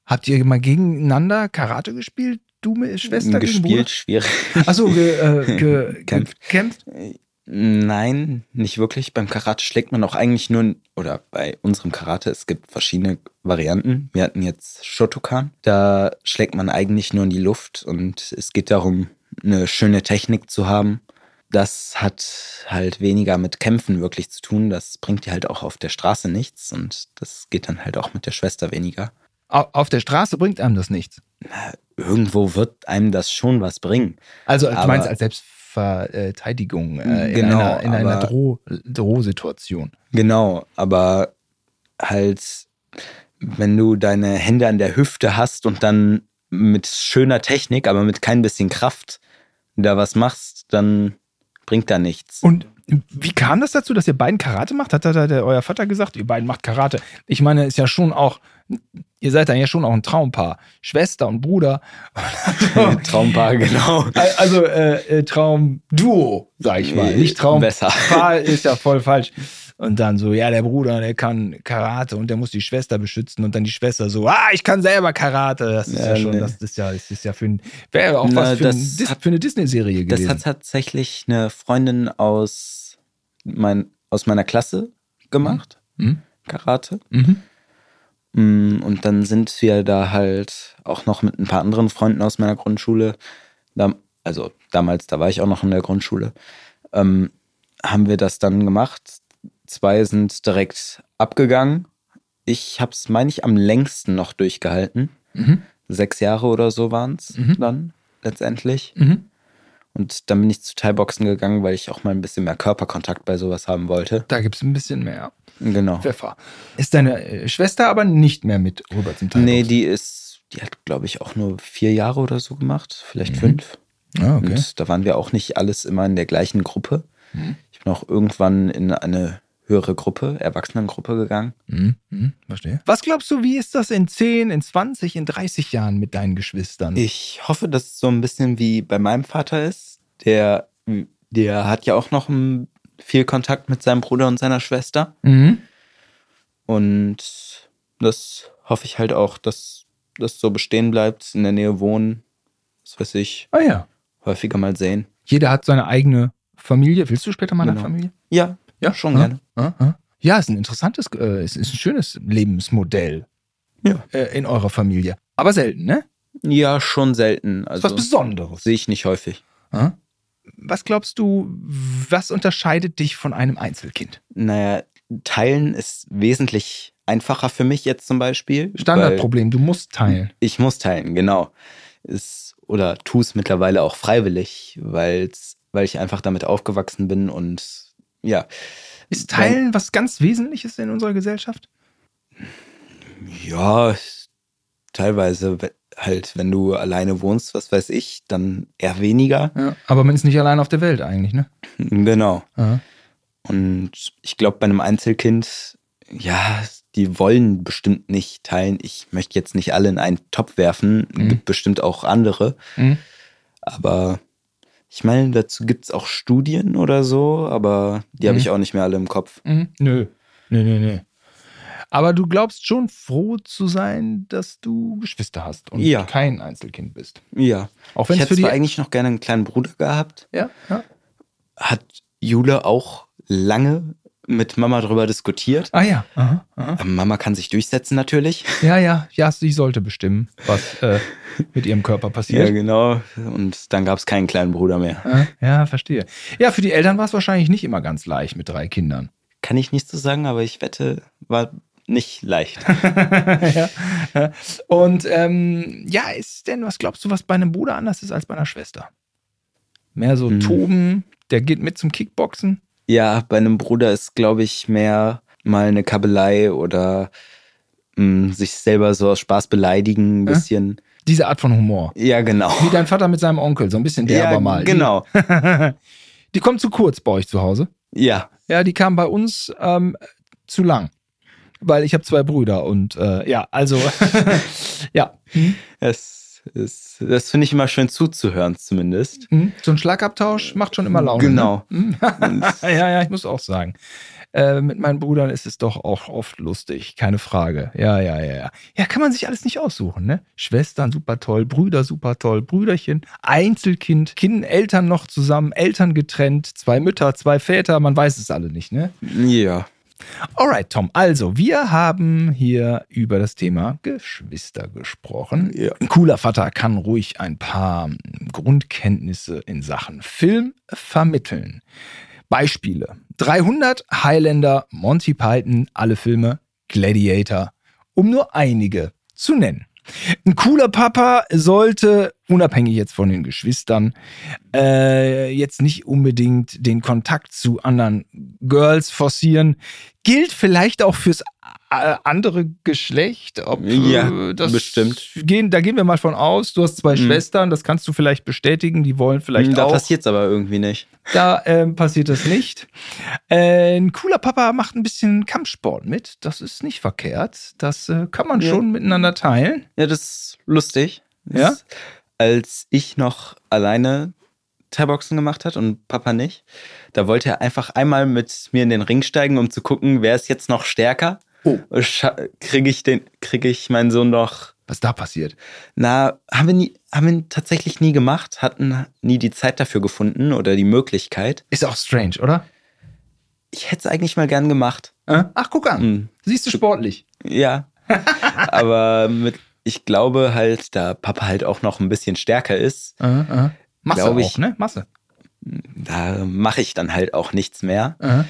Speaker 1: Habt ihr mal gegeneinander Karate gespielt? Du mit Schwester
Speaker 2: Gespielt, schwierig.
Speaker 1: Achso, ge,
Speaker 2: [LAUGHS]
Speaker 1: äh, ge,
Speaker 2: Kämpft.
Speaker 1: gekämpft.
Speaker 2: Nein, nicht wirklich. Beim Karate schlägt man auch eigentlich nur, oder bei unserem Karate, es gibt verschiedene Varianten. Wir hatten jetzt Shotokan. Da schlägt man eigentlich nur in die Luft und es geht darum, eine schöne Technik zu haben. Das hat halt weniger mit Kämpfen wirklich zu tun. Das bringt dir halt auch auf der Straße nichts und das geht dann halt auch mit der Schwester weniger.
Speaker 1: Au- Auf der Straße bringt einem das nichts.
Speaker 2: Irgendwo wird einem das schon was bringen.
Speaker 1: Also als- du
Speaker 2: Aber-
Speaker 1: meinst als Selbstverteidigung äh, in
Speaker 2: Genau,
Speaker 1: einer, in einer
Speaker 2: aber-
Speaker 1: Droh, Drohsituation.
Speaker 2: Genau, aber halt, wenn du deine Hände an der Hüfte hast und dann mit schöner Technik, aber mit kein bisschen Kraft da was machst, dann bringt da nichts.
Speaker 1: Und wie kam das dazu, dass ihr beiden Karate macht? Hat da da der, euer Vater gesagt, ihr beiden macht Karate? Ich meine, ist ja schon auch, ihr seid dann ja schon auch ein Traumpaar. Schwester und Bruder.
Speaker 2: [LAUGHS] Traumpaar, genau.
Speaker 1: Also äh, äh, Traumduo, sag ich mal. Nicht Traumpaar
Speaker 2: Besser.
Speaker 1: ist ja voll falsch. Und dann so, ja, der Bruder, der kann Karate und der muss die Schwester beschützen und dann die Schwester so, ah, ich kann selber Karate. Das ist ja,
Speaker 2: Ja,
Speaker 1: schon,
Speaker 2: nee.
Speaker 1: das ist ja, das ist ja für ein, wäre auch
Speaker 2: Na,
Speaker 1: was für,
Speaker 2: das
Speaker 1: ein, Dis-
Speaker 2: hat-
Speaker 1: für eine Disney-Serie
Speaker 2: Das
Speaker 1: gewesen.
Speaker 2: hat tatsächlich eine Freundin aus, mein, aus meiner Klasse gemacht,
Speaker 1: Mhm.
Speaker 2: Karate.
Speaker 1: mhm.
Speaker 2: Mm, Und dann sind wir da halt auch noch mit ein paar anderen Freunden aus meiner Grundschule, dam- also damals, da war ich auch noch in der Grundschule, ähm, haben wir das dann gemacht. Zwei sind direkt abgegangen. Ich habe es, meine ich, am längsten noch durchgehalten.
Speaker 1: Mhm.
Speaker 2: Sechs Jahre oder so waren es
Speaker 1: Mhm.
Speaker 2: dann letztendlich.
Speaker 1: Mhm.
Speaker 2: Und dann bin ich zu Thai-Boxen gegangen, weil ich auch mal ein bisschen mehr Körperkontakt bei sowas haben wollte.
Speaker 1: Da gibt es ein bisschen mehr
Speaker 2: Genau.
Speaker 1: Pfeffer. Ist deine äh, Schwester aber nicht mehr mit rüber zum Teil?
Speaker 2: Nee, die ist, die hat, glaube ich, auch nur vier Jahre oder so gemacht, vielleicht fünf.
Speaker 1: Ah, Mhm. okay. Mhm.
Speaker 2: Und da waren wir auch nicht alles immer in der gleichen Gruppe. Ich bin auch irgendwann in eine höhere Gruppe, Erwachsenengruppe gegangen.
Speaker 1: Mhm. Mhm. Verstehe. Was glaubst du, wie ist das in 10, in 20, in 30 Jahren mit deinen Geschwistern?
Speaker 2: Ich hoffe, dass es so ein bisschen wie bei meinem Vater ist. Der, der hat ja auch noch mm, viel Kontakt mit seinem Bruder und seiner Schwester.
Speaker 1: Mhm.
Speaker 2: Und das hoffe ich halt auch, dass das so bestehen bleibt, in der Nähe wohnen, das weiß ich,
Speaker 1: Ah ja.
Speaker 2: häufiger mal sehen.
Speaker 1: Jeder hat seine eigene Familie. Willst du später mal eine
Speaker 2: Genau.
Speaker 1: Familie?
Speaker 2: Ja, ja, schon
Speaker 1: Ja.
Speaker 2: gerne.
Speaker 1: Ah, ah. Ja, ist ein interessantes, äh, ist, ist ein schönes Lebensmodell
Speaker 2: Ja.
Speaker 1: äh, in eurer Familie. Aber selten, ne?
Speaker 2: Ja, schon selten.
Speaker 1: Ist
Speaker 2: Also
Speaker 1: was Besonderes.
Speaker 2: sehe ich nicht häufig.
Speaker 1: Ah. Was glaubst du, was unterscheidet dich von einem Einzelkind?
Speaker 2: Naja, teilen ist wesentlich einfacher für mich jetzt zum Beispiel. weil-
Speaker 1: Standardproblem, du musst teilen.
Speaker 2: Ich muss teilen, genau. Ist, oder tue es mittlerweile auch freiwillig, weil's, weil ich einfach damit aufgewachsen bin und ja,
Speaker 1: Ist Teilen was ganz Wesentliches in unserer Gesellschaft?
Speaker 2: ja, teilweise we- halt, wenn du alleine wohnst, was weiß ich, dann eher weniger.
Speaker 1: Ja. Aber man ist nicht allein auf der Welt eigentlich, ne?
Speaker 2: Genau.
Speaker 1: Ah.
Speaker 2: Und ich glaube, bei einem Einzelkind, ja, die wollen bestimmt nicht teilen. Ich möchte jetzt nicht alle in einen Topf werfen.
Speaker 1: Mhm.
Speaker 2: Gibt bestimmt auch andere.
Speaker 1: Mhm.
Speaker 2: Aber ich meine, dazu gibt es auch Studien oder so, aber die habe
Speaker 1: Mhm.
Speaker 2: ich auch nicht mehr alle im Kopf.
Speaker 1: Mhm. Nö. Nö, nö, nö. Aber du glaubst schon froh zu sein, dass du Geschwister hast und
Speaker 2: Ja.
Speaker 1: kein Einzelkind bist.
Speaker 2: Ja.
Speaker 1: Auch wenn
Speaker 2: Ich
Speaker 1: es für
Speaker 2: hätte
Speaker 1: die.
Speaker 2: zwar eigentlich noch gerne einen kleinen Bruder gehabt,
Speaker 1: ja, ja.
Speaker 2: hat Jule auch lange mit Mama drüber diskutiert.
Speaker 1: Ah ja. Aha, aha.
Speaker 2: Aber Mama kann sich durchsetzen natürlich.
Speaker 1: Ja, ja, ja, sie sollte bestimmen, was
Speaker 2: [LAUGHS]
Speaker 1: äh, mit ihrem Körper passiert.
Speaker 2: genau. Und dann gab es keinen kleinen Bruder mehr.
Speaker 1: Ja, ja, verstehe. Ja, für die Eltern war es wahrscheinlich nicht immer ganz leicht mit drei Kindern. [LAUGHS]
Speaker 2: Kann ich nicht so sagen, aber ich wette, war nicht leicht. [LAUGHS]
Speaker 1: ja. Und ähm, ja, ist denn, was glaubst du, was bei einem Bruder anders ist als bei einer Schwester? Mehr so
Speaker 2: Hm.
Speaker 1: Toben, der geht mit zum Kickboxen.
Speaker 2: Ja, bei einem Bruder ist, glaube ich, mehr mal eine Kabelei oder mh, sich selber so aus Spaß beleidigen ein
Speaker 1: Hä?
Speaker 2: bisschen.
Speaker 1: Diese Art von Humor.
Speaker 2: Ja, genau. [LAUGHS]
Speaker 1: Wie dein Vater mit seinem Onkel, so ein bisschen der
Speaker 2: ja,
Speaker 1: aber mal.
Speaker 2: genau.
Speaker 1: Die, die kommt zu kurz bei euch zu Hause.
Speaker 2: Ja,
Speaker 1: Ja, die kam bei uns ähm, zu lang. Weil ich habe zwei Brüder und äh, ja, also [LAUGHS] ja,
Speaker 2: es, es, das finde ich immer schön zuzuhören zumindest.
Speaker 1: hm, so ein Schlagabtausch macht schon immer Laune. Ne?
Speaker 2: Genau.
Speaker 1: Ja, [LAUGHS] ja, ja, ich muss auch sagen. Äh, mit meinen Brüdern ist es doch auch oft lustig, keine Frage. Ja, ja, ja, ja. Ja, kann man sich alles nicht aussuchen, ne? Schwestern super toll, Brüder super toll, Brüderchen, Einzelkind, Kind, Eltern noch zusammen, Eltern getrennt, zwei Mütter, zwei Väter, man weiß es alle nicht, ne?
Speaker 2: ja.
Speaker 1: Alright, Tom. Also, wir haben hier über das Thema Geschwister gesprochen.
Speaker 2: Ja.
Speaker 1: Ein cooler Vater kann ruhig ein paar Grundkenntnisse in Sachen Film vermitteln. Beispiele: 300, Highlander, Monty Python, alle Filme, Gladiator, um nur einige zu nennen. Ein cooler Papa sollte, unabhängig jetzt von den Geschwistern, äh, jetzt nicht unbedingt den Kontakt zu anderen Girls forcieren. Gilt vielleicht auch fürs äh, andere Geschlecht. Ob,
Speaker 2: Ja,
Speaker 1: äh, das
Speaker 2: bestimmt.
Speaker 1: Gehen, da gehen wir mal von aus. Du hast zwei
Speaker 2: Mhm.
Speaker 1: Schwestern, das kannst du vielleicht bestätigen. Die wollen vielleicht
Speaker 2: da
Speaker 1: auch.
Speaker 2: passiert es aber irgendwie nicht.
Speaker 1: Da ähm, passiert das nicht. Äh, ein cooler Papa macht ein bisschen Kampfsport mit. Das ist nicht verkehrt. Das äh, kann man
Speaker 2: Ja.
Speaker 1: schon miteinander teilen.
Speaker 2: Ja, das ist lustig. Das
Speaker 1: Ja?
Speaker 2: ist, Als ich noch alleine Thai-Boxen gemacht hat und Papa nicht, da wollte er einfach einmal mit mir in den Ring steigen, um zu gucken, wer ist jetzt noch stärker.
Speaker 1: Oh.
Speaker 2: Scha- Krieg ich den, krieg ich meinen Sohn noch?
Speaker 1: Was da passiert?
Speaker 2: Na, haben wir, nie, haben wir tatsächlich nie gemacht, hatten nie die Zeit dafür gefunden oder die Möglichkeit.
Speaker 1: Ist auch strange, oder?
Speaker 2: Ich hätte es eigentlich mal gern gemacht.
Speaker 1: Äh? Ach, guck an.
Speaker 2: Hm.
Speaker 1: Siehst du sportlich. [LAUGHS]
Speaker 2: Ja. Aber mit, ich glaube halt, da Papa halt auch noch ein bisschen stärker ist,
Speaker 1: Äh, äh. Masse
Speaker 2: Glaub
Speaker 1: auch,
Speaker 2: ich.
Speaker 1: ne? Masse.
Speaker 2: da mache ich dann halt auch nichts mehr.
Speaker 1: Äh.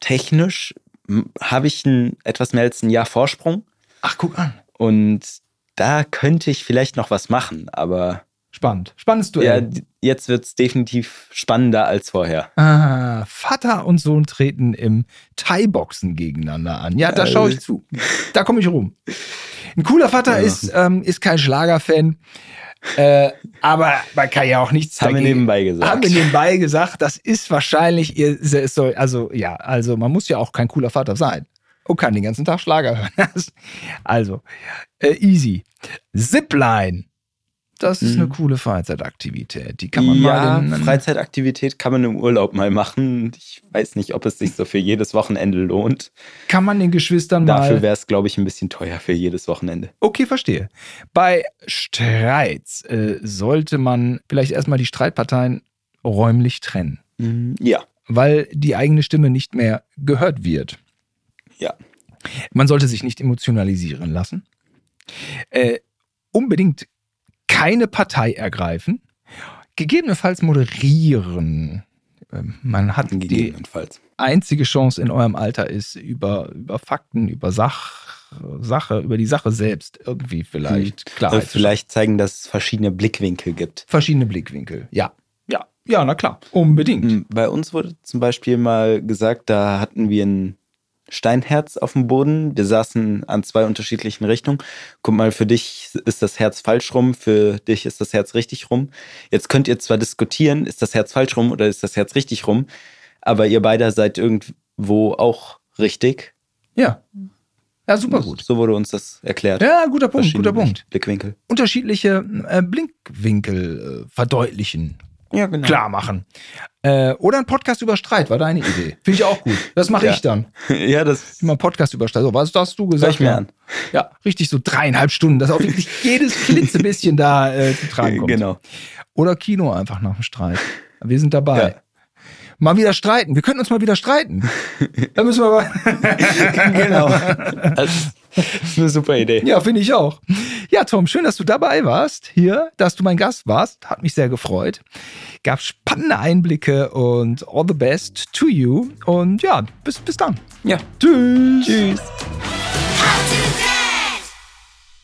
Speaker 2: Technisch m- habe ich ein, etwas mehr als ein Jahr Vorsprung
Speaker 1: Ach, guck an.
Speaker 2: und da könnte ich vielleicht noch was machen, aber
Speaker 1: Spannend. Spannendes
Speaker 2: ja,
Speaker 1: Duell.
Speaker 2: d- jetzt wird es definitiv spannender als vorher.
Speaker 1: Ah, Vater und Sohn treten im Thai-Boxen gegeneinander an. Ja, da
Speaker 2: Ja,
Speaker 1: schaue
Speaker 2: das-
Speaker 1: ich zu. Da komme ich rum. Ein cooler Vater
Speaker 2: Äh. Ja.
Speaker 1: ist, ähm, ist kein Schlagerfan, äh, aber man kann ja auch nichts
Speaker 2: Das haben wir
Speaker 1: dagegen-
Speaker 2: nebenbei gesagt.
Speaker 1: Haben wir nebenbei gesagt, das ist wahrscheinlich ihr, es soll, also ja, also man muss ja auch kein cooler Vater sein und kann den ganzen Tag [LAUGHS] Schlager hören. Also, äh, easy. Zipline. das ist eine coole Freizeitaktivität. Die kann man
Speaker 2: Mhm. ja,
Speaker 1: mal in,
Speaker 2: Freizeitaktivität kann man im Urlaub mal machen. Ich weiß nicht, ob es sich so für jedes Wochenende lohnt.
Speaker 1: kann man den Geschwistern mal
Speaker 2: Dafür wäre es, glaube ich, ein bisschen teuer für jedes Wochenende.
Speaker 1: Okay, verstehe. Bei Streits äh, sollte man vielleicht erstmal die Streitparteien räumlich trennen, Mhm.
Speaker 2: Ja,
Speaker 1: weil die eigene Stimme nicht mehr gehört wird.
Speaker 2: Ja.
Speaker 1: Man sollte sich nicht emotionalisieren lassen. Äh, unbedingt keine Partei ergreifen. Gegebenenfalls moderieren. Ähm, Man hat die
Speaker 2: gegebenenfalls.
Speaker 1: einzige Chance in eurem Alter ist, über, über Fakten, über Sach, Sache, über die Sache selbst irgendwie Hm. Äh, vielleicht klar.
Speaker 2: Also vielleicht zeigen, dass es verschiedene Blickwinkel gibt.
Speaker 1: verschiedene Blickwinkel. Ja. Hm. Ja. Ja, na klar. Unbedingt.
Speaker 2: Mhm. Bei uns wurde zum Beispiel mal gesagt, da hatten wir ein Steinherz auf dem Boden. Wir saßen an zwei unterschiedlichen Richtungen. Guck mal, für dich ist das Herz falsch rum, für dich ist das Herz richtig rum. Jetzt könnt ihr zwar diskutieren, ist das Herz falsch rum oder ist das Herz richtig rum, aber ihr beide seid irgendwo auch richtig.
Speaker 1: Ja. Ja, super gut.
Speaker 2: So wurde uns das erklärt.
Speaker 1: Ja, guter Punkt,
Speaker 2: Verschiedene
Speaker 1: guter Punkt.
Speaker 2: Blickwinkel.
Speaker 1: Unterschiedliche äh, Blinkwinkel äh, verdeutlichen,
Speaker 2: Ja, genau.
Speaker 1: klar machen. Äh, oder ein Podcast über Streit war deine Idee. Finde ich auch gut. Das mache
Speaker 2: Ja.
Speaker 1: ich dann.
Speaker 2: [LAUGHS] ja, das
Speaker 1: Immer einen Podcast über Streit. So, was hast du
Speaker 2: höre
Speaker 1: gesagt?
Speaker 2: ich mir an.
Speaker 1: Ja, richtig so dreieinhalb Stunden, dass auch
Speaker 2: [LAUGHS]
Speaker 1: wirklich jedes klitzebisschen da äh, zu tragen kommt.
Speaker 2: Genau.
Speaker 1: Oder Kino einfach nach dem Streit. Wir sind dabei.
Speaker 2: Ja.
Speaker 1: Mal wieder streiten. Wir könnten uns mal wieder
Speaker 2: [LAUGHS]
Speaker 1: streiten. Da müssen wir aber [LAUGHS]
Speaker 2: genau. Das ist eine super Idee.
Speaker 1: Ja, finde ich auch. Ja, Tom, schön, dass du dabei warst hier, dass du mein Gast warst. Hat mich sehr gefreut. Gab spannende Einblicke und all the best to you. Und ja, bis, bis dann.
Speaker 2: Ja.
Speaker 1: Tschüss.
Speaker 2: Tschüss.